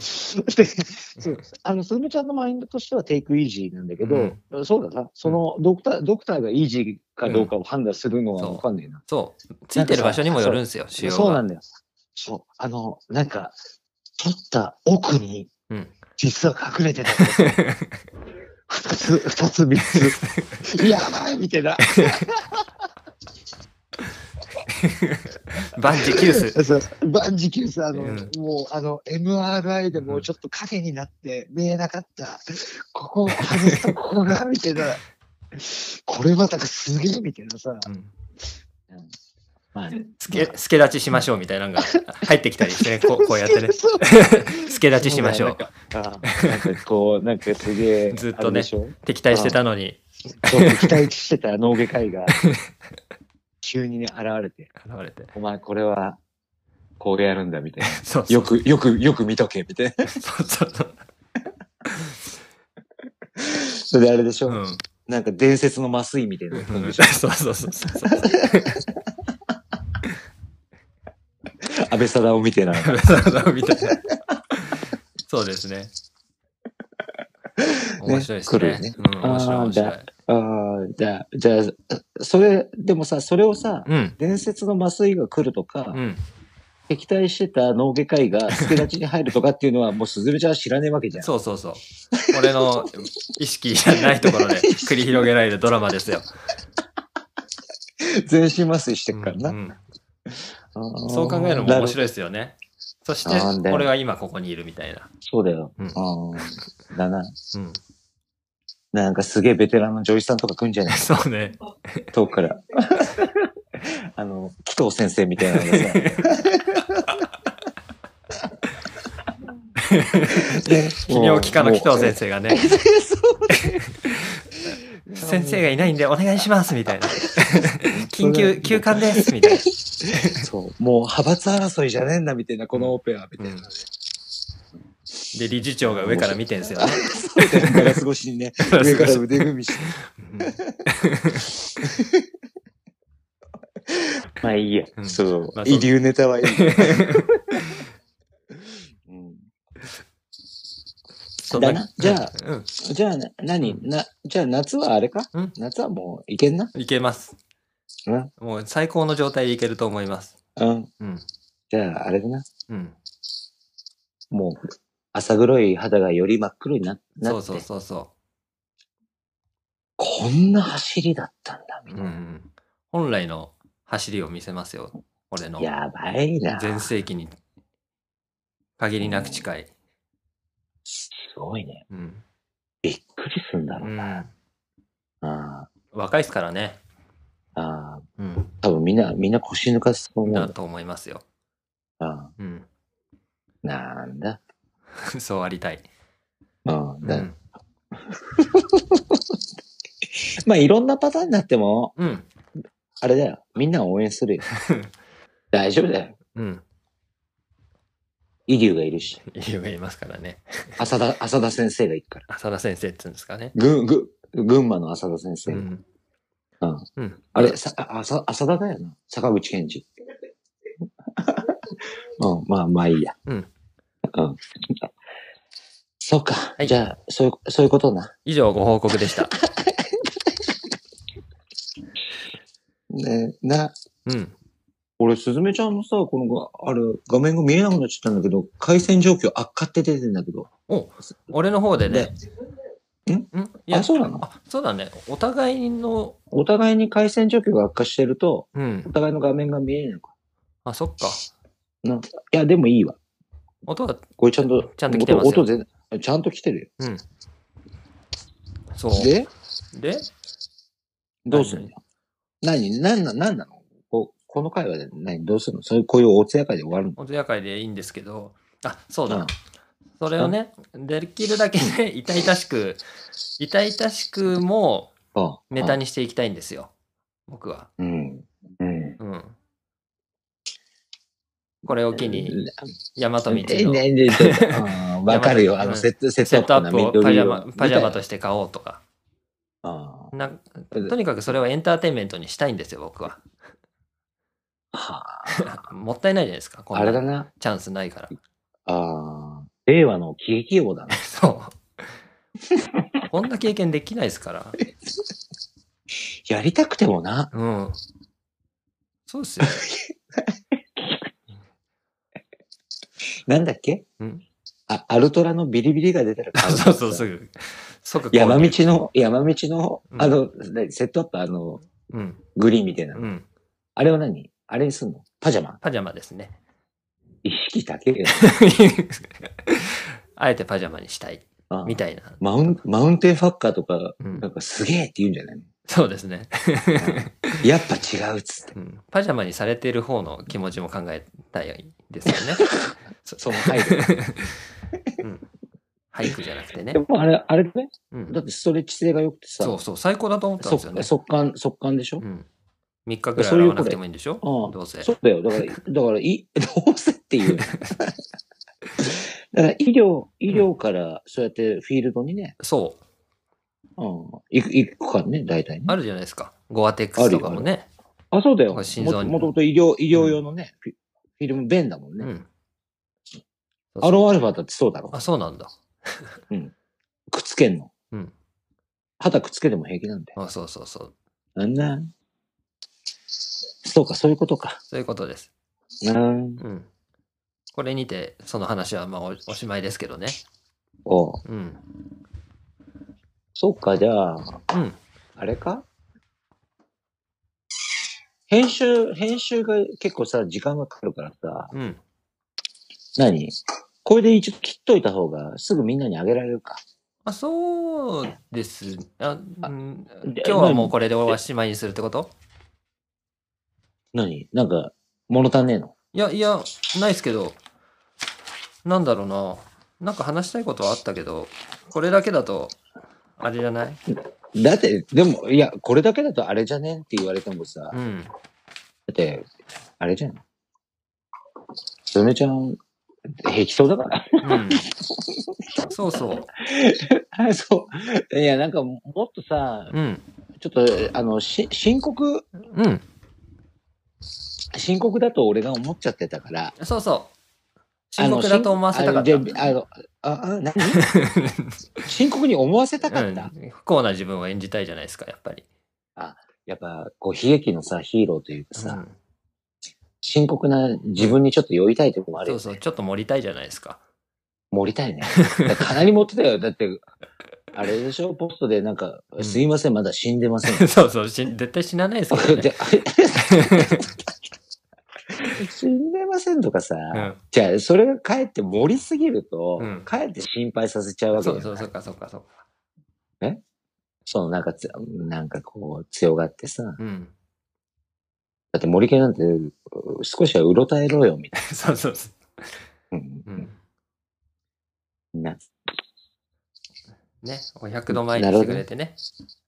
S1: でそうあの、すずめちゃんのマインドとしてはテイクイージーなんだけど、そうだな、そのドクター、ドクターがイージーかどうかを判断するのは
S2: うん
S1: わかんないな。
S2: そう、ついてる場所にもよるんですよ、腫瘍が。
S1: そうなんだよ。そう、あの、なんか、取った奥に
S2: うん、
S1: 実は隠れてたこ と。二つ、二つ、三 つ。やばいみたいな。
S2: 万事休す。
S1: そう万事休さ、あの、
S2: うん
S1: もう、あの、MRI でもうちょっと影になって見えなかった。ここ、外した、ここが、みたいな。これまたかすげえ、みたいなさ。
S2: うん
S1: まあ、。
S2: スケ、スケ立ちしましょうみたいなのが入ってきたりしてね、こうこうやって ね
S1: そう
S2: スケ立ちしましょう。
S1: なんかあなんかこう、なんかすげえ、
S2: ずっ
S1: あ
S2: とね
S1: れでしょ
S2: 敵対してたのに、
S1: そう期待してた脳外科医が、急にね、現れて、
S2: 現れて。
S1: お前これは、こうやるんだ、みたいな。
S2: そうそう
S1: よく、よく、よく見とけ、みたいな。
S2: そうそうそう。
S1: それであれでしょ、
S2: うん。
S1: なんか伝説の麻酔みたいな。
S2: うんそうそう そうそう。
S1: 安倍貞夫みたいな。
S2: みたいな。そうですね。面白いです
S1: 来
S2: ね。
S1: るね
S2: うん、面白い
S1: あー
S2: 面白い。
S1: ああ、じゃあ、じゃあ、それ、でもさ、それをさ、
S2: うん。
S1: 伝説の麻酔が来るとか、
S2: うん。
S1: 敵対してた脳外科医が助立ちに入るとかっていうのは、もうすずめちゃんは知らねえわけじゃん。
S2: そうそうそう。俺の意識じゃないとこ ろで繰り広げられるドラマですよ。
S1: 全身麻酔してっからな。
S2: うんうん
S1: あー
S2: そう考えるのも面
S1: なる
S2: 白いですよね。そし
S1: なん
S2: て、
S1: で
S2: 俺は今ここにいるみたいな。
S1: そうだよ。
S2: うん
S1: あーだな。
S2: うん。
S1: なんかすげえベテランの女医さんとか来んじゃない
S2: そうね。
S1: 遠く から。あの、紀藤先生みたいなのが さ。 ね
S2: 泌尿器科の紀藤先生がね、 先生がいないんでお願いしますみた いな。緊急、休館ですみたいな。
S1: そう、もう派閥争いじゃねえんだみたいな、このオペは、みたいな。
S2: うんで、理事長が上から見てんすよね。
S1: そうだよ、ガラス越しに ね、
S2: ガラス
S1: 上
S2: 越し
S1: から腕組みして。まあいいや
S2: うん
S1: そう
S2: まあそう
S1: 遺留ネタ はいい。うん
S2: そ
S1: だなじゃあ、
S2: うん、
S1: じゃあ、な何な、じゃあ夏はあれか
S2: うん
S1: 夏はもういけんない
S2: けます。
S1: うん。
S2: もう最高の状態でいけると思います。
S1: うん。
S2: うん。
S1: じゃあ、あれだな。
S2: うん。
S1: もう、朝黒い肌がより真っ黒にななって。
S2: そうそうそうそ
S1: こんな走りだったんだ、
S2: う。
S1: みた
S2: うんう
S1: いな。
S2: ん。本来の走りを見せますよ。俺の。
S1: やばいな。
S2: 全盛期に限りなく近い。
S1: すごいね。
S2: うん。
S1: びっくりすんだ
S2: う
S1: ろうな。
S2: ん。
S1: あ
S2: 若いっすからね。
S1: あ、ああ、
S2: うん。
S1: 多分みんな、みんな腰抜かすと思うん
S2: だ
S1: だ。
S2: と思いますよ。
S1: ああ
S2: うん。
S1: なんだ。
S2: そうありたい。
S1: ああ
S2: う
S1: だ
S2: ん。
S1: まあ、いろんなパターンになっても、
S2: うん。
S1: あれだ よ。みんな応援するよ。大丈夫だよ。
S2: うん。
S1: イリュウがいるし、
S2: 理由がいますからね。
S1: 浅田、浅田先生が行くから。
S2: 浅田先生って言うんですかね。
S1: ぐ、ぐ、群馬の浅田先
S2: う
S1: 生。
S2: ん。
S1: うん
S2: うん。
S1: あれ、さ、あ、浅浅田だよな。坂口健 二。うん、まあまあいいや。
S2: うん。
S1: うん。そうか。
S2: はい
S1: じゃあ、そういう、そういうことな。
S2: 以上ご報告 でした。
S1: ね、な、
S2: うん。
S1: 俺、すずめちゃんのさ、このが、あれ、画面が見えなくなっちゃったんだけど、回線状況悪化って出てんだけど。
S2: お、俺の方でね。
S1: で
S2: んんい
S1: あ、そうなの
S2: あ、そうだね。お互いの、
S1: お互いに回線状況が悪化してると、
S2: うん
S1: お。互いの画面が見えないのか。
S2: あ、そっか。
S1: なんかいや、でもいいわ。
S2: 音は、
S1: これちゃんと、
S2: ちゃんと来てますよ
S1: 音音全然ちゃんと来てる
S2: うん。そう
S1: よ。。で、
S2: で
S1: どうするの何、何な、何なのここの会話で何、どうするのそういう、こういうおつや会で終わるの
S2: お通夜会でいいんですけど、あ、そうだ。
S1: うん
S2: それをね、できるだけね、痛々しく、痛々しくも
S1: ああ
S2: ネタ。にしていきたいんですよ。僕は。
S1: うん。うん。
S2: うん。これを機に、大和道の
S1: ええねねちょっとうんわかるよ。あの、セット、セ
S2: セ
S1: ッ
S2: ット
S1: ト
S2: ア
S1: アッ
S2: ッ
S1: プな
S2: プをパジャマ
S1: 緑色
S2: パジャマとして買おうとか。
S1: あ
S2: なとにかくそれをエンターテインメントにしたいんですよ、僕は。
S1: あはあ
S2: もったいないじゃないですか。こんな
S1: あれだな。
S2: チャンスないから。
S1: ああ。令和の喜劇王だな。
S2: そう。こんな経験できないですから。
S1: やりたくてもな。
S2: うん。そうですよ。
S1: なんだっけ
S2: うん
S1: あ、アルトラのビリビリが出たら買う
S2: そうそう、すぐ。即購入
S1: 山道。の、山道の
S2: う、ん
S1: あの、ねセットアップ、あの、
S2: うん。
S1: グリーンみたいな。
S2: うん。
S1: あれは何あれにすんのパジャマ
S2: パジャマです ね。
S1: 意識だ け
S2: あえてパジャマにしたい。
S1: ああ
S2: みたいな。
S1: マウン、マウンテンファッカーとか、
S2: うん
S1: なんかすげえって言うんじゃないの
S2: そうですね、
S1: やっぱ違うっつって。
S2: うん。パジャマにされてる方の気持ちも考えたいですよ ね。
S1: その配慮。
S2: うん。俳句じゃなくてね
S1: で。もあれ、あれね、
S2: うん
S1: だってストレッチ性が良くてさ、
S2: そうそう、最高だと思ったんですよね。
S1: 速乾、速乾でしょ、
S2: うん。3日ぐらい洗わなくてもいいんでしょ
S1: ああ
S2: どうせ。
S1: そうだよ。だから、だから、い、 どうせっていう。だから、医療、医療から、そうやってフィールドにね、
S2: そう。
S1: うん、行く、行くからね、大体ね。
S2: あるじゃないですか。ゴアテックスとかもね。
S1: あ、そうだよ。も
S2: 心臓
S1: と
S2: に
S1: もともと医療、医療用のね、フィフィルム弁だもん
S2: う
S1: ね。
S2: ん。
S1: アロンアルファだってそうだろ。
S2: あ、そうなんだ。
S1: くっつけんの。
S2: うん。
S1: 肌くっつけても平気なんだよ。
S2: あ、そうそうそう。
S1: なんだ。そうか、そういうことか。
S2: そういうことです。
S1: うん。
S2: うん。これにて、その話はまあおおしまいですけどね。
S1: おう
S2: うん。
S1: そうか、じゃあ、
S2: うん。
S1: あれか編集、編集が結構さ、時間がかかるからさ、
S2: うん。
S1: 何これで一応切っといた方がすぐみんなにあげられるか。
S2: あ、そうです。あ、うん、
S1: で
S2: 今日はもうこれでおしまいにするってこと
S1: 何なんか、物足んねえの
S2: いや、いや、ないですけど、なんだろうな。なんか話したいことはあったけど、これだけだと、あれじゃない
S1: だって、でも、いや、これだけだとあれじゃねんって言われてもさ、だ
S2: うん。
S1: って、あれじゃん。すずめちゃん、平気そうだから。
S2: うん。そうそう。
S1: あ そう。いや、なんか、もっとさ、
S2: うん。
S1: ちょっと、あの、し、深刻、
S2: うん。
S1: 深刻だと俺が思っちゃってたから。
S2: そうそう。深刻だと思わせたか
S1: あ
S2: っ
S1: のしん
S2: た。
S1: あの、であのああ 何深刻に思わせたかった。
S2: うん、不幸な自分を演じたいじゃないですか、やっぱり。
S1: やっぱ、こう、悲劇のさ、ヒーローというかさ、
S2: うん
S1: 深刻な自分にちょっと酔いたいとこもある
S2: そ
S1: よ
S2: う。そう、ちょっと盛りたいじゃないですか。
S1: 盛りた いね。かなり持ってたよ。だって、あれでしょポストでなんか、
S2: ん
S1: すいません、まだ死んでません。
S2: そうそう、し絶対死なないですからね。
S1: であれ死んでませんとかさ、
S2: うん
S1: じゃあ、それがかえって盛りすぎると、
S2: うん
S1: かえって心配させちゃうわけ
S2: そ
S1: よ
S2: う。そう、そうか、そうか、そうか。
S1: そのなんかつ、なんかこう、強がってさ。
S2: うん。
S1: だって森家なんて、う少しはうろたえろよ、みたい
S2: そうそうそ
S1: な。
S2: う。うん。
S1: うんな
S2: ね、お100度前にしてくれてね。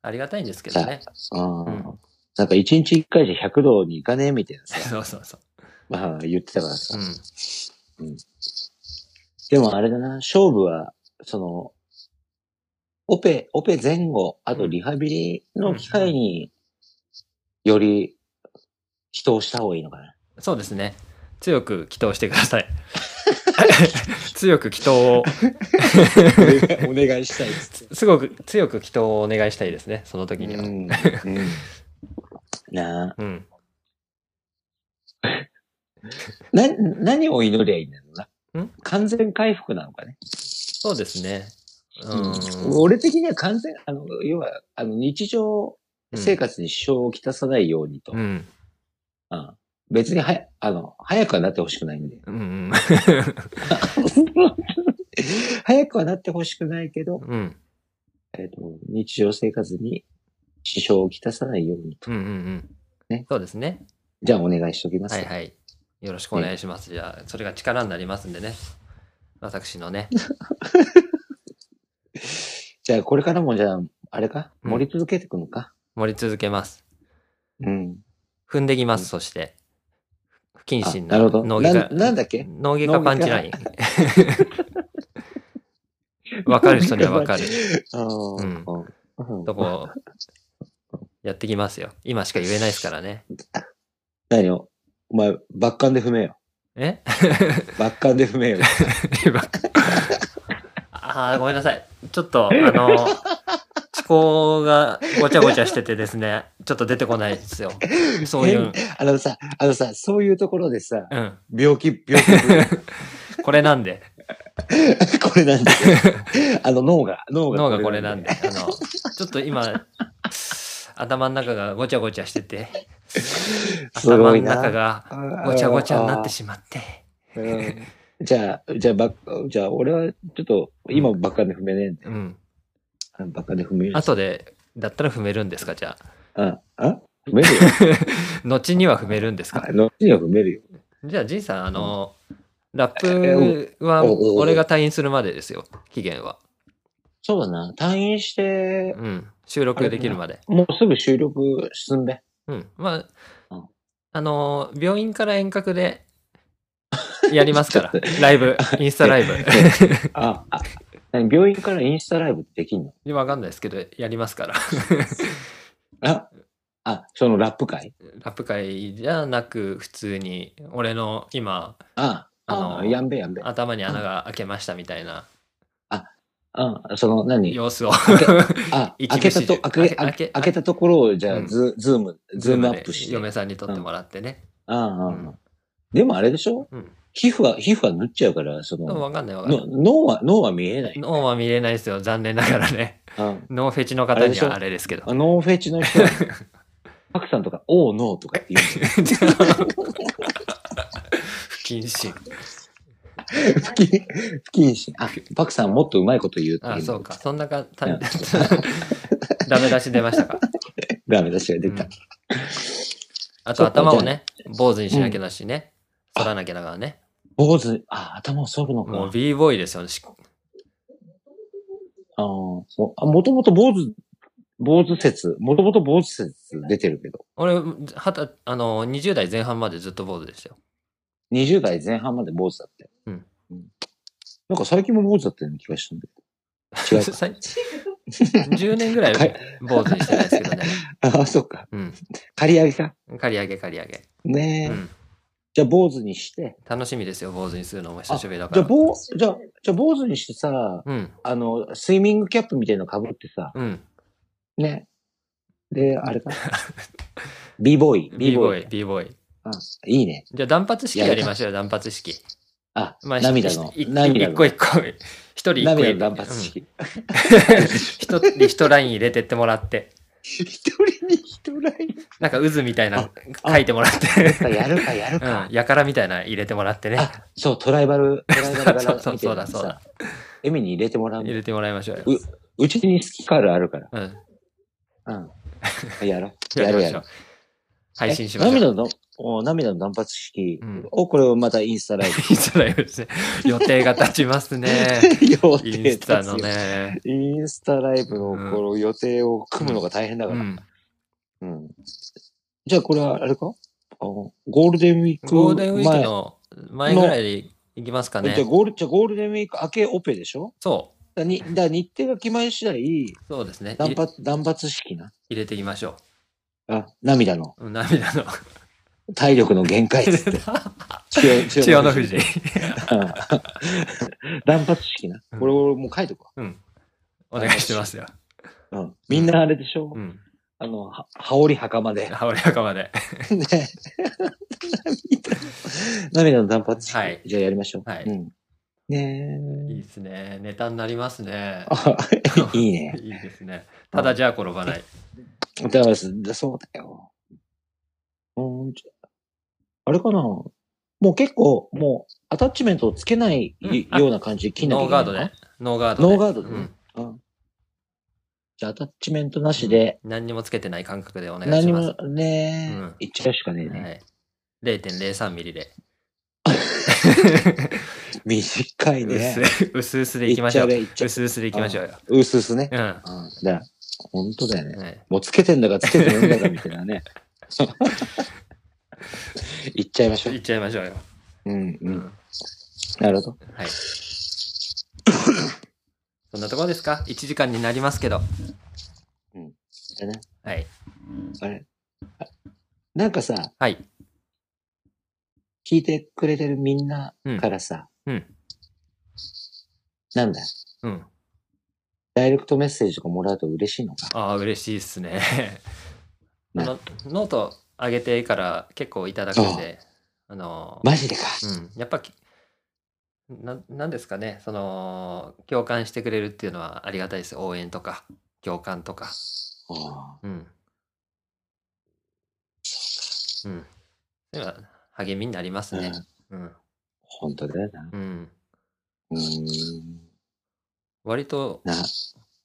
S2: ありがたいんですけどね。
S1: うん
S2: うん
S1: なんか一日一回じゃ100度に行かねえみたいなさ、
S2: そうそうそう。
S1: まあ言ってたから
S2: う
S1: さ、
S2: ん。
S1: でもあれだな、勝負は、その、オペ、オペ前後、あとリハビリの機会に、より、人をした方がいいのかな。
S2: そうですね。強く祈祷してください。 強く祈祷を、
S1: お願いしたいです。
S2: すごく強く祈祷をお願いしたいですね、その時には。
S1: うん。なあ。
S2: うん。。
S1: な、何を祈りゃいいんだろうなん完全回復なのかね。
S2: そうですね。
S1: うん
S2: うん。
S1: 俺的には完全、あの、要は、あの、日常生活に支障をきたさないようにと。
S2: うん。
S1: うん別にはや、あの、早くはなってほしくないん で。
S2: うん。うん。
S1: 早くはなってほしくないけど、
S2: うん。
S1: えっ、と、日常生活に支障をきたさないようにと。
S2: うん。うん
S1: ね。
S2: そうですね。
S1: じゃあお願いしておきます。
S2: はいはい。よろしくお願いします。じゃあ、それが力になりますんでね。私の ね。
S1: じゃあこれからもじゃあ、あれか盛り続けていくのか、
S2: 盛り続けます。
S1: うん。
S2: 踏んできま
S1: うん
S2: す、そして。不謹慎
S1: あなるほど
S2: 脳外科
S1: なんなんだっけ
S2: 脳外科パンチライン。わかる人にはわかる。
S1: あー
S2: う
S1: うんん。うん
S2: とこ、やってきますよ。今しか言えないですからね。
S1: 何をお前、バッカンで踏めよ。
S2: え
S1: バッカンで踏めよ。
S2: 今ああ、ごめんなさい。ちょっと、あの、思考がごちゃごちゃしててですね、ちょっと出てこないですよ。そういう。
S1: あのさ、あのさ、そういうところでさ、
S2: うん。
S1: 病気、病 気、
S2: これなんで。
S1: これなんだよ。あの脳が、脳が。
S2: 脳がこれなんで。。あの、ちょっと今、頭の中がごちゃごちゃしてて、
S1: すご
S2: 頭
S1: い
S2: の
S1: な
S2: 中がごちゃごちゃになってしまって。
S1: まうん。じゃあ、じゃあ、ばっじゃあ、俺は、ちょっと、今、ばっかで踏めねえんだよ。
S2: うん。
S1: あばっかで踏める。
S2: 後で、だったら踏めるんですか、じゃあ。
S1: あ、あ踏め るよ。
S2: 後には踏めるんですか
S1: あ。の、には踏めるよ。
S2: じゃあ、じいさん、あの、ラップは
S1: おおお
S2: 俺が退院するまでですよ、期限は。
S1: そうだな。退院して、
S2: うん。収録できるまで。
S1: もうすぐ収録進んで。
S2: うん。ま
S1: う
S2: あ
S1: ん、
S2: あの、病院から遠隔で、やりますか ら
S1: ちょ。
S2: ライブ、インスタライ ブ。
S1: あ、あ、何病院からインスタライブできんの
S2: いやわかんないですけど、やりますから。
S1: あ、あ、そのラップ会
S2: ラップ会じゃなく、普通に、俺の今、
S1: あ、あ
S2: あの
S1: やんべやんべ。あ、
S2: 頭に穴が開けましたみたいな
S1: その何、
S2: 様子を。
S1: あ、
S2: 一
S1: 開けた
S2: 部
S1: と
S2: 始、
S1: 開け、
S2: 終開
S1: 開
S2: け
S1: け開けたところを、じゃ
S2: う
S1: あ、
S2: ん
S1: ズ、ズーム、ズームアップし。
S2: して嫁さんに撮ってもらってね。
S1: ああ、あ
S2: う
S1: あでもあれでしょ
S2: うん。
S1: 皮膚は、皮膚は塗っちゃうから、そ
S2: でも
S1: の、
S2: わかんないわかんない
S1: の。脳は、脳は見えない。
S2: 脳は見れないですよ、残念ながらね。
S1: あ
S2: 脳フェチの方にはあれですけど。
S1: 脳フェチの人 は、パクさんとか、おう、脳とか言うんだよ
S2: 不謹慎。
S1: 不謹不謹慎。あ、パクさんもっとうまいこと言うって
S2: あ、
S1: い
S2: そううか。そんなか、た
S1: うん
S2: ダメ出し出ましたか。
S1: ダメ出しが 出た
S2: うん。あ
S1: そ
S2: と
S1: うか
S2: 頭をね、坊主にしなきゃだしね。反らなきゃだからね。
S1: 坊主、あ、頭を剃るのか。
S2: もう b ボーイですよね。し
S1: あーそうあ、もともと坊主、坊主説、もともと坊主説出てるけど、
S2: 俺、はた、あの、20代前半までずっと坊主でしたよ。
S1: 20代前半まで坊主だって。
S2: うん
S1: なんか最近も坊主だったような気がしたんだけど。違うか。
S2: 最10年ぐ らい坊主にしてないですけどね。
S1: ああ、そっか。
S2: う
S1: 刈り上げか。
S2: ん。刈り上げ刈り上げ。
S1: ねえ。
S2: うん。
S1: じゃあ坊主にして。
S2: 楽しみですよ、坊主にするのも久しぶりだか
S1: じゃあ
S2: ら。
S1: 坊、じゃあ、じゃあ坊主にしてさ、
S2: うん。
S1: あの、スイミングキャップみたいの被ってさ、
S2: うん。
S1: ね。で、あれ か。b ボーイ、
S2: b ボ
S1: b-boy
S2: ーイ、b ボーイ。
S1: あいいね。
S2: じゃあ断髪式やりましょうよ、断髪式。
S1: あ、
S2: まあ
S1: 涙の、
S2: 一
S1: 涙
S2: 一個
S1: の、
S2: 一個、一人一個。
S1: 涙の断髪式。
S2: うん。 一人一ライン入れてってもらって、
S1: 一人に一ライン。
S2: なんか渦みたいな
S1: あ
S2: 書いてもらって、
S1: やるかやる
S2: うん
S1: か。、
S2: やからみたいな入れてもらってね。
S1: あ、そう、トライバル、トライバル
S2: そう
S1: 柄
S2: そう
S1: みた
S2: そう
S1: いな
S2: だ
S1: の
S2: そう
S1: さ
S2: だ。、
S1: エミに入れてもらう
S2: 入
S1: の。
S2: れてもらいましょうよ。
S1: うちに好きカールあるから。
S2: うん。
S1: うん。やろう。や
S2: や
S1: ろ
S2: りま
S1: う
S2: し
S1: や
S2: ょ
S1: ろう
S2: う。。配信しましょう。
S1: え涙の、お涙の断髪式
S2: うん
S1: を、これをまたインス タライブ。
S2: インスタライブですね。予定が立ちますね。
S1: 予
S2: イ
S1: 定
S2: ンスタの
S1: 立つよ。
S2: ね。
S1: インスタライブの
S2: うん
S1: この予定を組むのが大変だ
S2: う
S1: から。
S2: ん。
S1: うん。じゃあこれはあれかあのゴールデンウィーク前。
S2: ゴールデンウィークの前ぐらいいきますか
S1: じ
S2: ね
S1: ゃあ。ゴール、じゃあゴールデンウィーク明けオペでしょ
S2: そ
S1: だに、だ日程が決まり次第
S2: う、、そうですね。
S1: 断
S2: 入れ
S1: 髪、断髪式な。
S2: 入れていきましょ
S1: あ、涙の、
S2: う。うん涙 の。
S1: 体力の限 界っつって。千代
S2: 千代の富 士。。
S1: うん断髪式な
S2: う。ん
S1: これ俺もう書いとくわ。
S2: うん。お願いしますよ。
S1: うん。みんなあれでしょ
S2: うん。
S1: あの、は羽織袴 で。
S2: 羽織袴で。
S1: ね涙の断髪式。
S2: はい
S1: じゃあやりましょう。
S2: はい
S1: うん。ね
S2: いいですね。ネタになりますね
S1: え。。あいいね。
S2: いいですね。ただじゃあ転ばない。
S1: だからす、そうだよ。うーん、ちょあれかなもう結構、もう、アタッチメントをつけない
S2: うん
S1: い
S2: あ
S1: ような感じで切んなきゃ
S2: ノ
S1: い
S2: ー
S1: けな
S2: ガ
S1: い
S2: ー
S1: のか
S2: ドね。ノーガード
S1: ノーガードで
S2: う
S1: ね
S2: ん
S1: うんじゃあ、アタッチメントなしで、
S2: 何にもつけてない感覚でお願いし
S1: 何
S2: ます。
S1: もね、
S2: うん
S1: いっちゃうしかねえね。
S2: はい。0.03ミリで。
S1: 短いね。
S2: うすうすでいきましょう。
S1: いっちゃう
S2: うすうすでいきましょうよ。
S1: うすうすね。
S2: う
S1: う
S2: ん。
S1: ん。だから本当だよね。
S2: はい
S1: もうつけてんだかつけてないんだかみたいなね。 いっちゃいましょ
S2: いうっ。ちゃいましょうよ。
S1: うん、う。
S2: うんん。
S1: なるほど。
S2: はい。そんなところですか ?1 時間になりますけど。
S1: じゃあね。
S2: はい。
S1: あれあなんかさ、
S2: はい。
S1: 聞いてくれてるみんなからさ、
S2: うんうん
S1: なんだ
S2: うん。
S1: ダイレクトメッセージとかもらうと嬉しいのか
S2: ああ、嬉しいっす ね。あ
S1: ね
S2: の、ノート上げてから結構いただくんで、あの、
S1: マジでか。
S2: うん、やっぱきな、なんですかね、その、共感してくれるっていうのはありがたいです。応援とか、共感とか。
S1: あ
S2: うん。うん。それは励みになります
S1: あう
S2: ね
S1: ん。
S2: うん。
S1: 本当だよな。
S2: うん。
S1: うーん。
S2: 割と、
S1: な、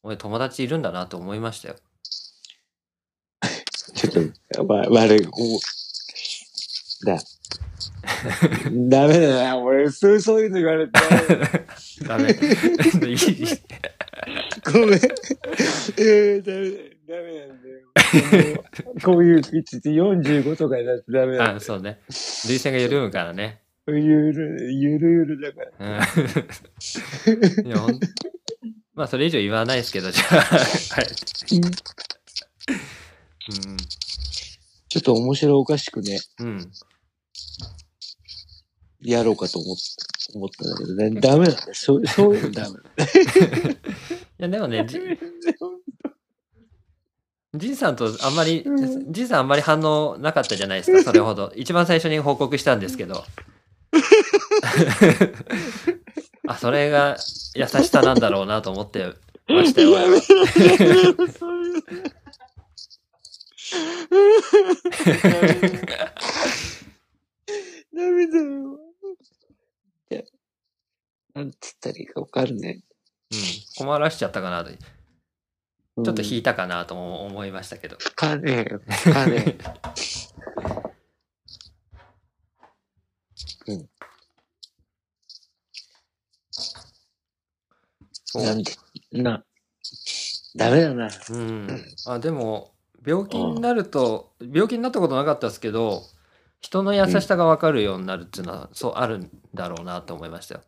S2: 俺友達いるんだなと思いま したよ。
S1: ちょっと、わ悪い。おだ。 ダメだな。俺、そうそういうの言われて。
S2: ダメ。 いい
S1: ごめん。え ー、ダメだ。ダメなんだよ。こういうピッチって45とかだとダメなんだよ
S2: あ、そうね。涙腺が緩むからね。
S1: ゆる、ゆるゆるだから。
S2: うん。 いや、ほんまあ、それ以上言わないですけど、じゃあ。 はい。うん。
S1: ちょっと面白おかしくね、
S2: うん。
S1: やろうかと思っ思ったんだけどね。ダメだね。そう、そういうのダメだ。
S2: いや、でもね、じ、じいさんとあんまり、
S1: うん
S2: じいさんあんまり反応なかったじゃないですか、それほど。一番最初に報告したんですけど。 あ、それが優しさなんだろうなと思ってましたよ、俺は
S1: そういうのダメだよ。いや、なんつったらいいかわかるね。
S2: うん、困らしちゃったかなと、ち
S1: ち
S2: ょっと引いたかなとも思いましたけど。
S1: つかねえよ。つか ねえ。うん。
S2: そう
S1: なんで、な、ダメだな。
S2: うん。あ、でも、病気になると、病気になったことなかったですけど、人の優しさが分かるようになるっていうのは、そうあるんだろうなと思いましたよ。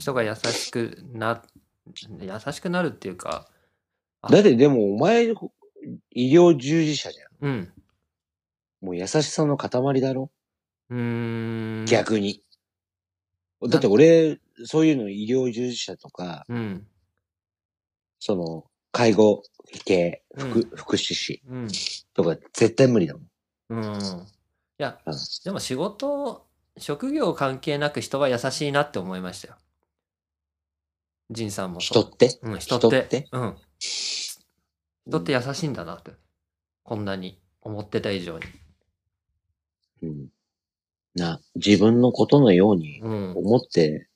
S2: 人が優しくな、優しくなるっていうか、
S1: だってでもお前、医療従事者じゃ
S2: うん。
S1: ん。もう優しさの塊だろ、
S2: うーん。。
S1: 逆に。だって俺、そういうの医療従事者とか、
S2: うん。
S1: その、介護系、
S2: うん
S1: 福、福祉士
S2: うん。
S1: とか絶対無理だもん。
S2: うん。いや
S1: うん、
S2: でも仕事、職業関係なく人は優しいなって思いましたよ。仁さんもそ
S1: 人
S2: う。
S1: って。
S2: うん、人って。
S1: 人って
S2: うん。人って優しいんだなって。こんなに思ってた以上に。
S1: うん。な、自分のことのように
S2: うん。
S1: 思って、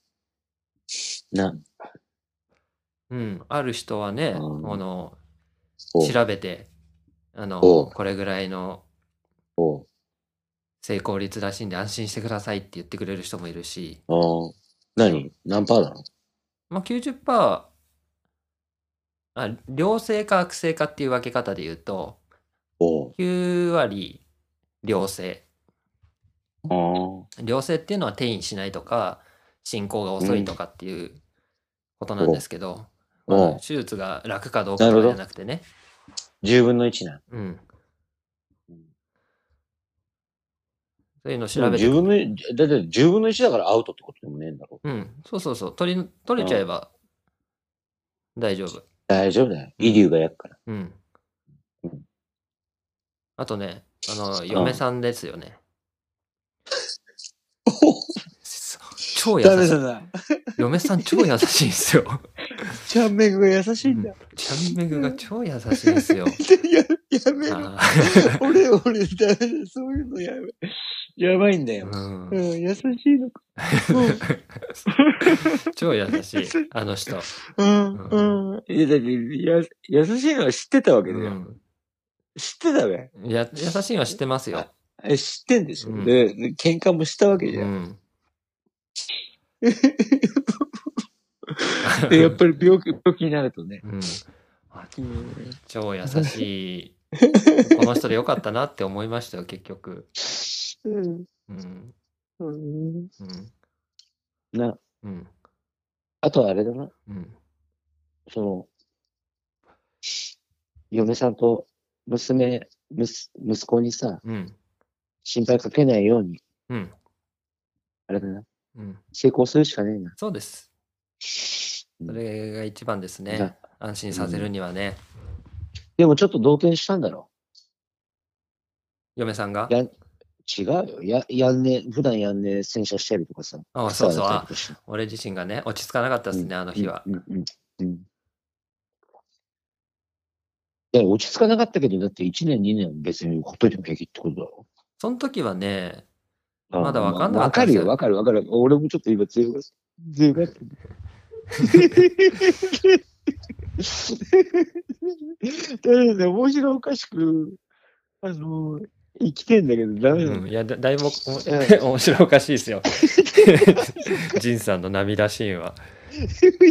S1: な、
S2: うん。ある人はね、あ
S1: うん
S2: の、
S1: こう
S2: 調べて、あの、
S1: おう
S2: これぐらいの
S1: こ
S2: 成功率らしいんで安心してくださいって言ってくれる人もいるし、
S1: う、ああ、何何パーだろ
S2: まあ90、90%あ良性か悪性かっていう分け方で言うと
S1: おう。
S2: 9割良性
S1: ああ。
S2: 両性っていうのは転移しないとか進行が遅いとかっていうことなんですけど、
S1: うん
S2: まあ
S1: うん
S2: 手術が楽かどうかとかじゃなくてね、
S1: 10分の1な。
S2: うん、
S1: うん
S2: そういうのを調べて
S1: 10分の1、だって10分の1だからアウトってことでもねえんだろ。
S2: うん、そうそうそう取り取れちゃえば大丈夫、
S1: 大丈夫だよ。イデューがやっから。
S2: うん
S1: うん、
S2: あとねあの嫁さんですよね、 そう超優しい
S1: だ。
S2: 嫁さん超優しいんですよ
S1: ちゃんめぐが優し
S2: うん。ちゃんめぐが超優しいん ですよ。
S1: や、やめ
S2: あ
S1: 俺、俺、ダメだ。そういうのやめ。やばいんだ
S2: ー
S1: よ。
S2: うん
S1: うん、優しいのか。
S2: 超優しい、あの人。
S1: うん、
S2: うん
S1: うん。いや、だって、や、優しいのは知ってたわけ
S2: う
S1: だよ。
S2: ん、
S1: 知ってたべ。
S2: や優しいのは知ってますよ。
S1: え知ってんでしょ、
S2: うん
S1: で、喧嘩もしたわけじゃ
S2: う
S1: ん。
S2: ん、
S1: で、やっぱり病気、病気になるとね。
S2: うんあ超 優しい。この人でよかったなって思いましたよ、結局。
S1: うん。
S2: うん、
S1: うん
S2: うん、
S1: な、
S2: うん、
S1: あとはあれだな。
S2: うん。
S1: その、嫁さんと娘、むす息子にさ、
S2: うん、
S1: 心配かけないように、
S2: うん、
S1: あれだな。
S2: うん。
S1: 成功するしかねえな。
S2: そうです。それが一番です
S1: な
S2: ね。安心させるにはね、
S1: でもちょっと同見したんだろ。
S2: 嫁さんが。
S1: や違うよ。や、やんねえ、普段やんねえ洗車したりとかさ。
S2: あそうそう
S1: 靴洗ったりとかして
S2: 俺自身がね、落ち着かなかったですね、あの日は。
S1: うんうんうんうんいや、落ち着かなかったけど、だって1年、2年別にほっといても平気ってことだろ。
S2: その時はね、
S1: あー
S2: まだわかん
S1: ま
S2: な
S1: あ
S2: かっ
S1: わか
S2: たで
S1: る
S2: すよ
S1: よ、わかるわかる。俺もちょっと今強が、強 がってる。だよね、面白おかしく、あの、生きてんだけど、ダメだ
S2: うん、いやだだいぶお
S1: ん
S2: 面白おかしいですよ。 ジンさんの涙シーンは。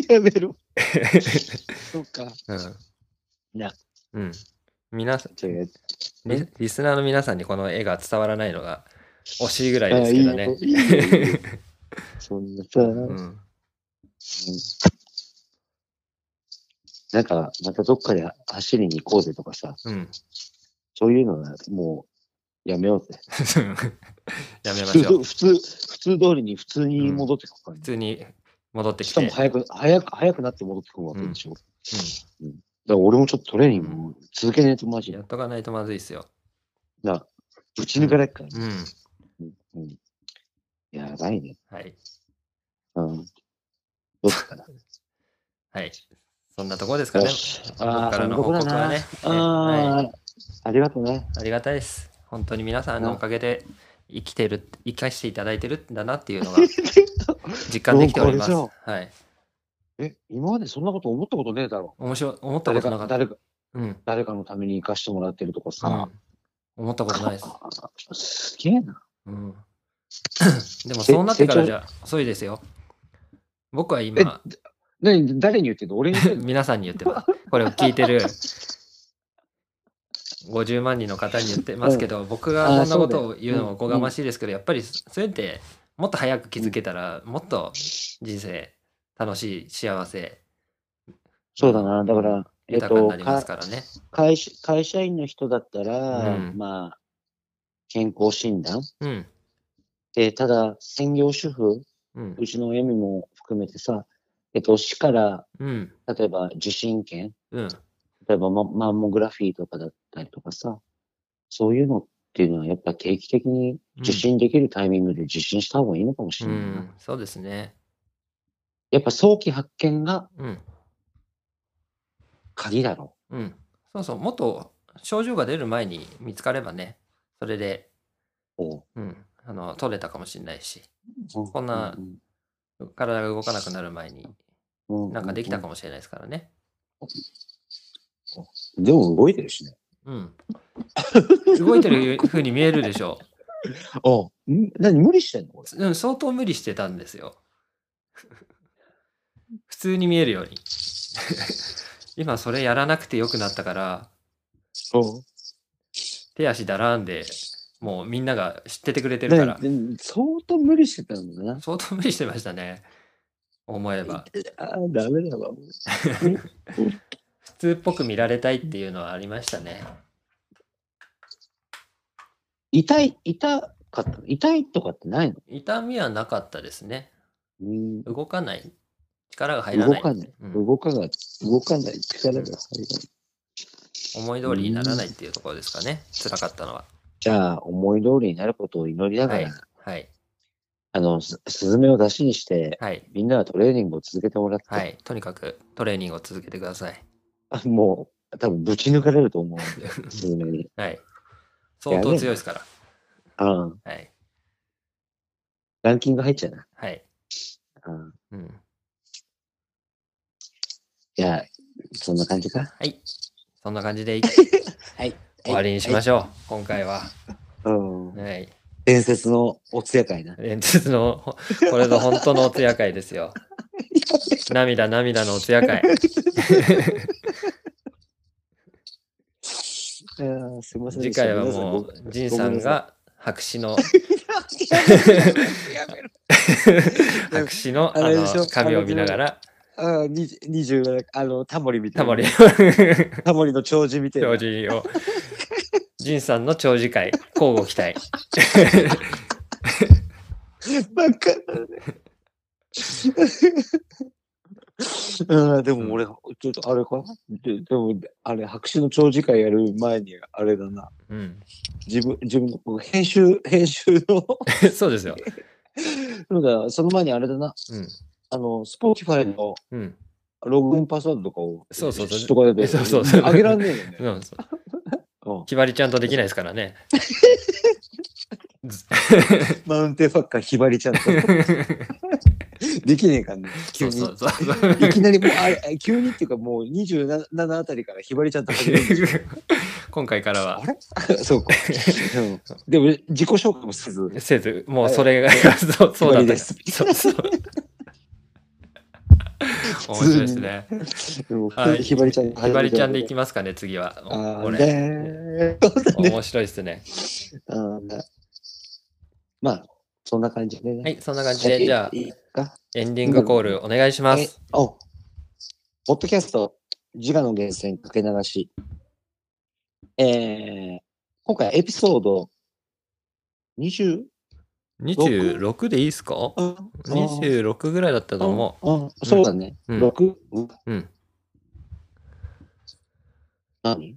S1: やめ ろ。そっか。
S2: うん。
S1: な
S2: うん。皆さん
S1: じゃあやっ
S2: リ、リスナーの皆さんにこの絵が伝わらないのが惜しいぐらい
S1: あ
S2: ですけ どね。
S1: いいよいいよいいよそんなさ、
S2: うん。
S1: なんか、またどっかで走りに行こうぜとかさ、
S2: うん。
S1: そういうのはもうやめようぜ。
S2: やめま
S1: 普
S2: し
S1: 通、
S2: ょう。
S1: 普通、普通通りに普通に戻ってくるから
S2: 普
S1: ね。
S2: 通に戻って
S1: し
S2: き
S1: か
S2: て。
S1: も早く、早く、早くなって戻ってくるわけでしょ。うんだから俺もちょっとトレーニングを続けねえとマ
S2: う
S1: ジ
S2: ん、
S1: で
S2: やっとかないとまずいですよ。
S1: な、ぶち抜かれっから
S2: う
S1: ね。
S2: ん。
S1: うんやばいね。
S2: はい。
S1: うん。どうすっか な。
S2: はい。そんなところですかね。
S1: よ
S2: 僕
S1: あ
S2: か
S1: あ、そ
S2: ら
S1: んな
S2: の
S1: と
S2: 報
S1: こだ
S2: 告は
S1: な。
S2: ね。はい
S1: ああ、ありがとうね。
S2: ありがたいです。本当に皆さんのおかげで生きてる、生かしていただいてるんだなっ ていうのが実感できております。
S1: なんか
S2: はい。
S1: え、今までそんなこと思ったことねえだろ。
S2: 面白い、思ったこ
S1: 誰
S2: と
S1: か
S2: なか、った。
S1: 誰か、
S2: うん。
S1: 誰かのために生かしてもらってるとか
S2: うん
S1: さ。
S2: 思ったことないです。
S1: すげえな。
S2: うん。でもそうなってからじゃ遅いですよ。僕は今、
S1: 何、誰に言ってんの俺に言ってんの
S2: 皆さんに言ってます。これを聞いてる50万人の方に言ってますけど、僕がこんなことを言うのもおこがましいですけど、やっぱりそうやってもっと早く気づけたら、もっと人生楽しい、幸せ、
S1: そうだな。だから、えっ
S2: 豊かに
S1: と
S2: な、りますからね。
S1: 会社会社員の人だったら、
S2: うん
S1: まあ、健康診断
S2: うん。
S1: で、ただ、専業主婦、
S2: うん。
S1: うちのエミも含めてさ、えっと、市から、
S2: うん。
S1: 例えば受診券、
S2: うん。
S1: 例えばママンモグラフィーとかだったりとかさ、そういうのっていうのはやっぱ定期的に受診できるタイミングで受診した方がいいのかもし
S2: う
S1: れないな。
S2: ん。そうですね。
S1: やっぱ早期発見が
S2: うん。
S1: 鍵だろ
S2: うん。そうそう。もっと症状が出る前に見つかればね、それで
S1: う。おう
S2: うん、あの取れたかもしれないしこんな、体が動かなくなる前になんかできたか
S1: も。
S2: もしれないですからね
S1: でも動いてるしね。
S2: うん動いてるふうに見えるでしょ
S1: あ、ん何無理してんのこれ。
S2: う、うん、相当無理してたんですよ 普通に見えるように 今それやらなくてよくなったから
S1: そ
S2: 手足だらんでもうみんなが知っててくれてるから
S1: ね、相当無理してたんだな。
S2: 相当無理してましたね思えば
S1: ああ、ダメだわ。
S2: 普通っぽく見られたいっていうのはありましたね
S1: 痛い、痛かった。痛いとかってないの
S2: 痛みはなかったですね
S1: うん
S2: 動かない力が入ら
S1: 動
S2: ない
S1: かない。
S2: うん
S1: 動かない。動かない。力が入らない。
S2: 思い通りにならないっていうところですかね辛かったのは
S1: じゃあ、思い通りになることを祈りながら、
S2: はい
S1: あの、すスズメを出しにして、
S2: はい
S1: みんなはトレーニングを続けてもらって、
S2: はいとにかくトレーニングを続けてください
S1: あもう、多分ぶち抜かれると思うん で、スズメに。
S2: はい相当強いですから
S1: ああ、
S2: はい
S1: ランキング入っちゃうな。
S2: はい
S1: ああ
S2: うん
S1: じゃあ、そんな感じか。
S2: はいそんな感じで い
S1: はい
S2: 終わりにしましょう、今回は
S1: うん。
S2: はい
S1: 伝説のお通夜会な。
S2: 連日のほこれぞ本当のお通夜会で すよ涙涙のお通夜会
S1: いやーすみませんで
S2: 次
S1: した。
S2: 回はもう仁さんが白紙 の
S1: 皆さん。やめろ。
S2: 白紙の
S1: あ
S2: あ
S1: れでしょ
S2: の紙を見ながら
S1: ああ、に27、あの、タモリみた
S2: タ
S1: いな。
S2: モリ の
S1: タモリの長寿みたいな
S2: 長。寿を仁さんの長寿会交互期待
S1: バカ だね。うん、でも俺、ちょっとあれかなででも、あれ、白紙の長寿会やる前に、あれだな。
S2: うん
S1: 自分、自分のこう編集、編集の、
S2: そうですよ
S1: なんかその前にあれだな。
S2: うん
S1: あの、スポーティファイの
S2: うん
S1: ログインパスワードとかを、
S2: そうそうそう
S1: しとかで、
S2: そうそうそう
S1: あげらんねえよね。
S2: うん そう
S1: うん
S2: ひばりちゃんとできないですか らね ず
S1: マウンテンファッカーひばりちゃんと。できねえかんね。急
S2: そう
S1: に。
S2: そうそう
S1: いきな りもう、あれ、急にっていうかもう27あたりからひばりちゃんと 始めるんでしょ。
S2: 今回からは
S1: あ そうか。うんでも、自己紹介もせず。
S2: せず、もうそれが、そうそうだ
S1: 終わり
S2: った
S1: で
S2: ね。
S1: す
S2: そ うそう。面白いですね。はい
S1: ひばりちゃん
S2: ひばりちゃんでいき
S1: ま
S2: ますかね、次は。
S1: す。あ
S2: こ
S1: ー
S2: れ。
S1: ね
S2: 面白いですね。
S1: うんまあ、そんな感じでね。
S2: はい、そんな感じで、じゃあ
S1: い、いか
S2: エンディングコールお願いしま
S1: え
S2: す。
S1: お、ポッドキャスト、自我の源泉かけ流し。えー、今回エピソード 20?
S2: 26でいいですか
S1: あ
S2: ?26 ぐらいだったと思
S1: ああそうだね。
S2: うん
S1: 六
S2: う。うん。
S1: 何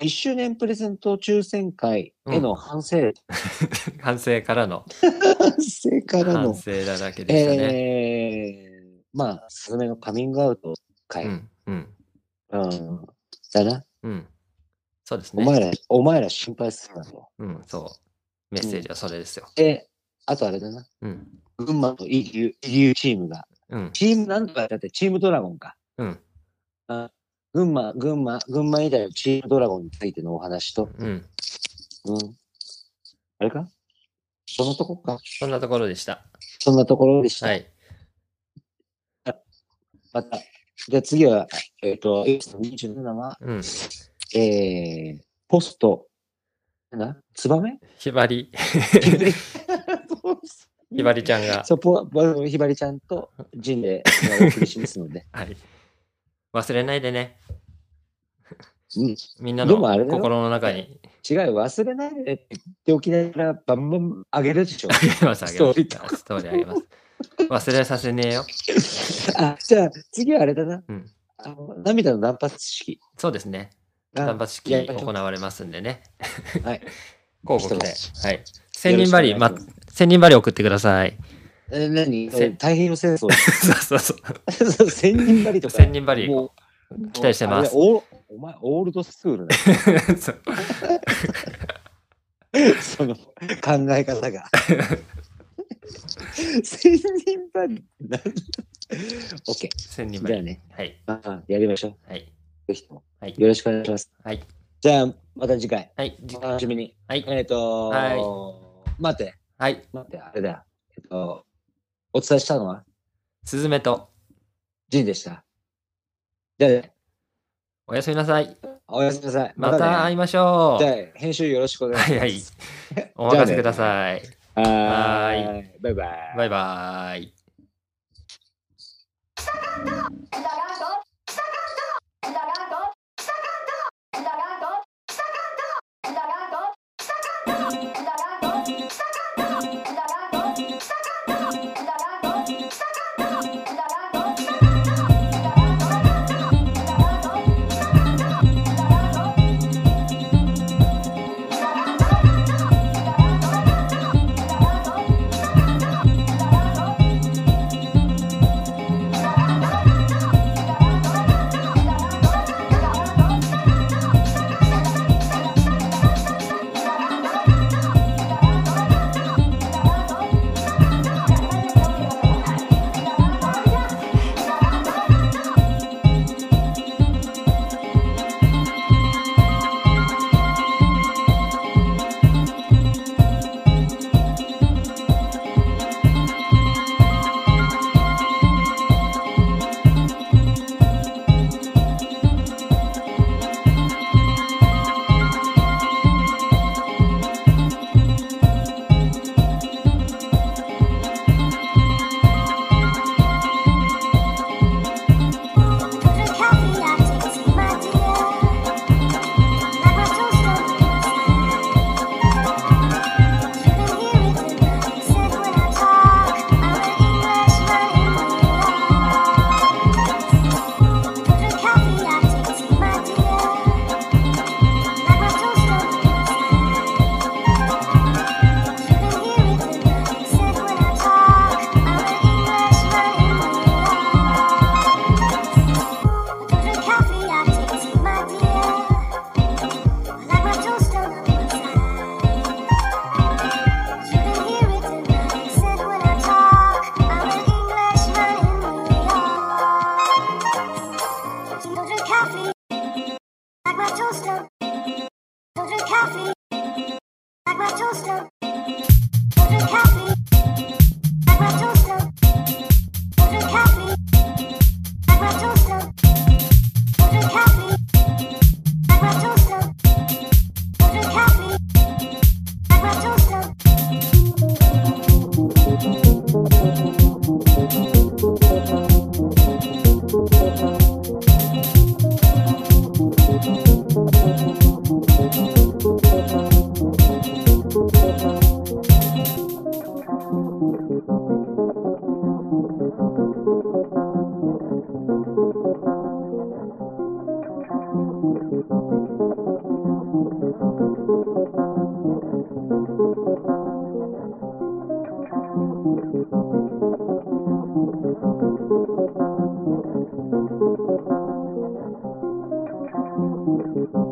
S1: ?1 周年プレゼント抽選会への反省、
S2: 反省からの、
S1: 反省から
S2: 反
S1: の、
S2: 省だらけでしたね。
S1: えー、まあ、すずめのカミングアウト会、
S2: う
S1: うん
S2: ん、うん、
S1: だな。
S2: うん。そうです
S1: お
S2: ね。
S1: 前ら、お前ら心配するなと。
S2: うん、そう。メッセージはそれですよ。
S1: で、あとあれだな。
S2: うん、
S1: 群馬とイリュイリューチームが、
S2: うん、
S1: チームなんとかだってチームドラゴンか。
S2: うん、
S1: あ群馬、群馬、群馬以外のチームドラゴンについてのお話と、
S2: うん。
S1: うん。あれかそのとこか。
S2: そんなところでした。
S1: そんなところでした。
S2: はい。
S1: また。じゃあ次は、えっ、と、エピソード27は、
S2: うん。
S1: えー、ポスト、なんだツバメ
S2: ひばり、
S1: ひばり
S2: ひばりちゃんが、
S1: そこは、ひばりちゃんとジンでお送りしますの で。
S2: はい。忘れないでね。
S1: うん。
S2: みんな
S1: で
S2: の
S1: もあれだよ
S2: 心の中に、
S1: 違うよ、忘れないでって言っておきながら、バンバンあげるでしょ。
S2: あ げます、あげ
S1: スト
S2: ま
S1: ーリー
S2: す。ストーリーあげます。忘れさせねえよ。
S1: あ、じゃあ、次はあれだな。
S2: うん
S1: あの涙の断髪式。
S2: そうですね。
S1: あ
S2: 断髪式
S1: やりましょ
S2: 行
S1: う
S2: われますんでね。
S1: はい。
S2: 交互期
S1: ひ
S2: 待。はい。千
S1: よろ
S2: 人
S1: しくお
S2: バ
S1: 願いしま、
S2: リ、ます千人バリ送ってください。
S1: え、何
S2: せ
S1: 太平洋 戦争。
S2: そうそうそう。
S1: そう千人針とか。
S2: 千人針
S1: もう
S2: 期待してます
S1: あれおお前、オールドスクールだ
S2: そう
S1: ね その考え方 が。千人針って何オッケ
S2: 千人
S1: ー。
S2: バ
S1: じゃあ
S2: リ。
S1: ね、
S2: はい。
S1: まあ、やりましょう。
S2: はい。
S1: ぜひとも。
S2: はい。
S1: よろしくお願いします。
S2: はい。
S1: じゃあ、また次回。
S2: はい。
S1: お楽しみに。
S2: はい。
S1: えっ、と待って、
S2: はい。
S1: 待って、あれだよ。えっ、とお伝えしたのは、
S2: すずめと、
S1: ジンでした。じゃあね、
S2: おやすみなさい。
S1: おおやすみなさい。
S2: また
S1: ね
S2: 会いましょう
S1: じゃ。あ、編集よろしくお願いし
S2: はい
S1: ます。
S2: はい。お任せください。
S1: は
S2: は
S1: ーい。バイバイ。
S2: バイバイ。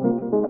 S3: 「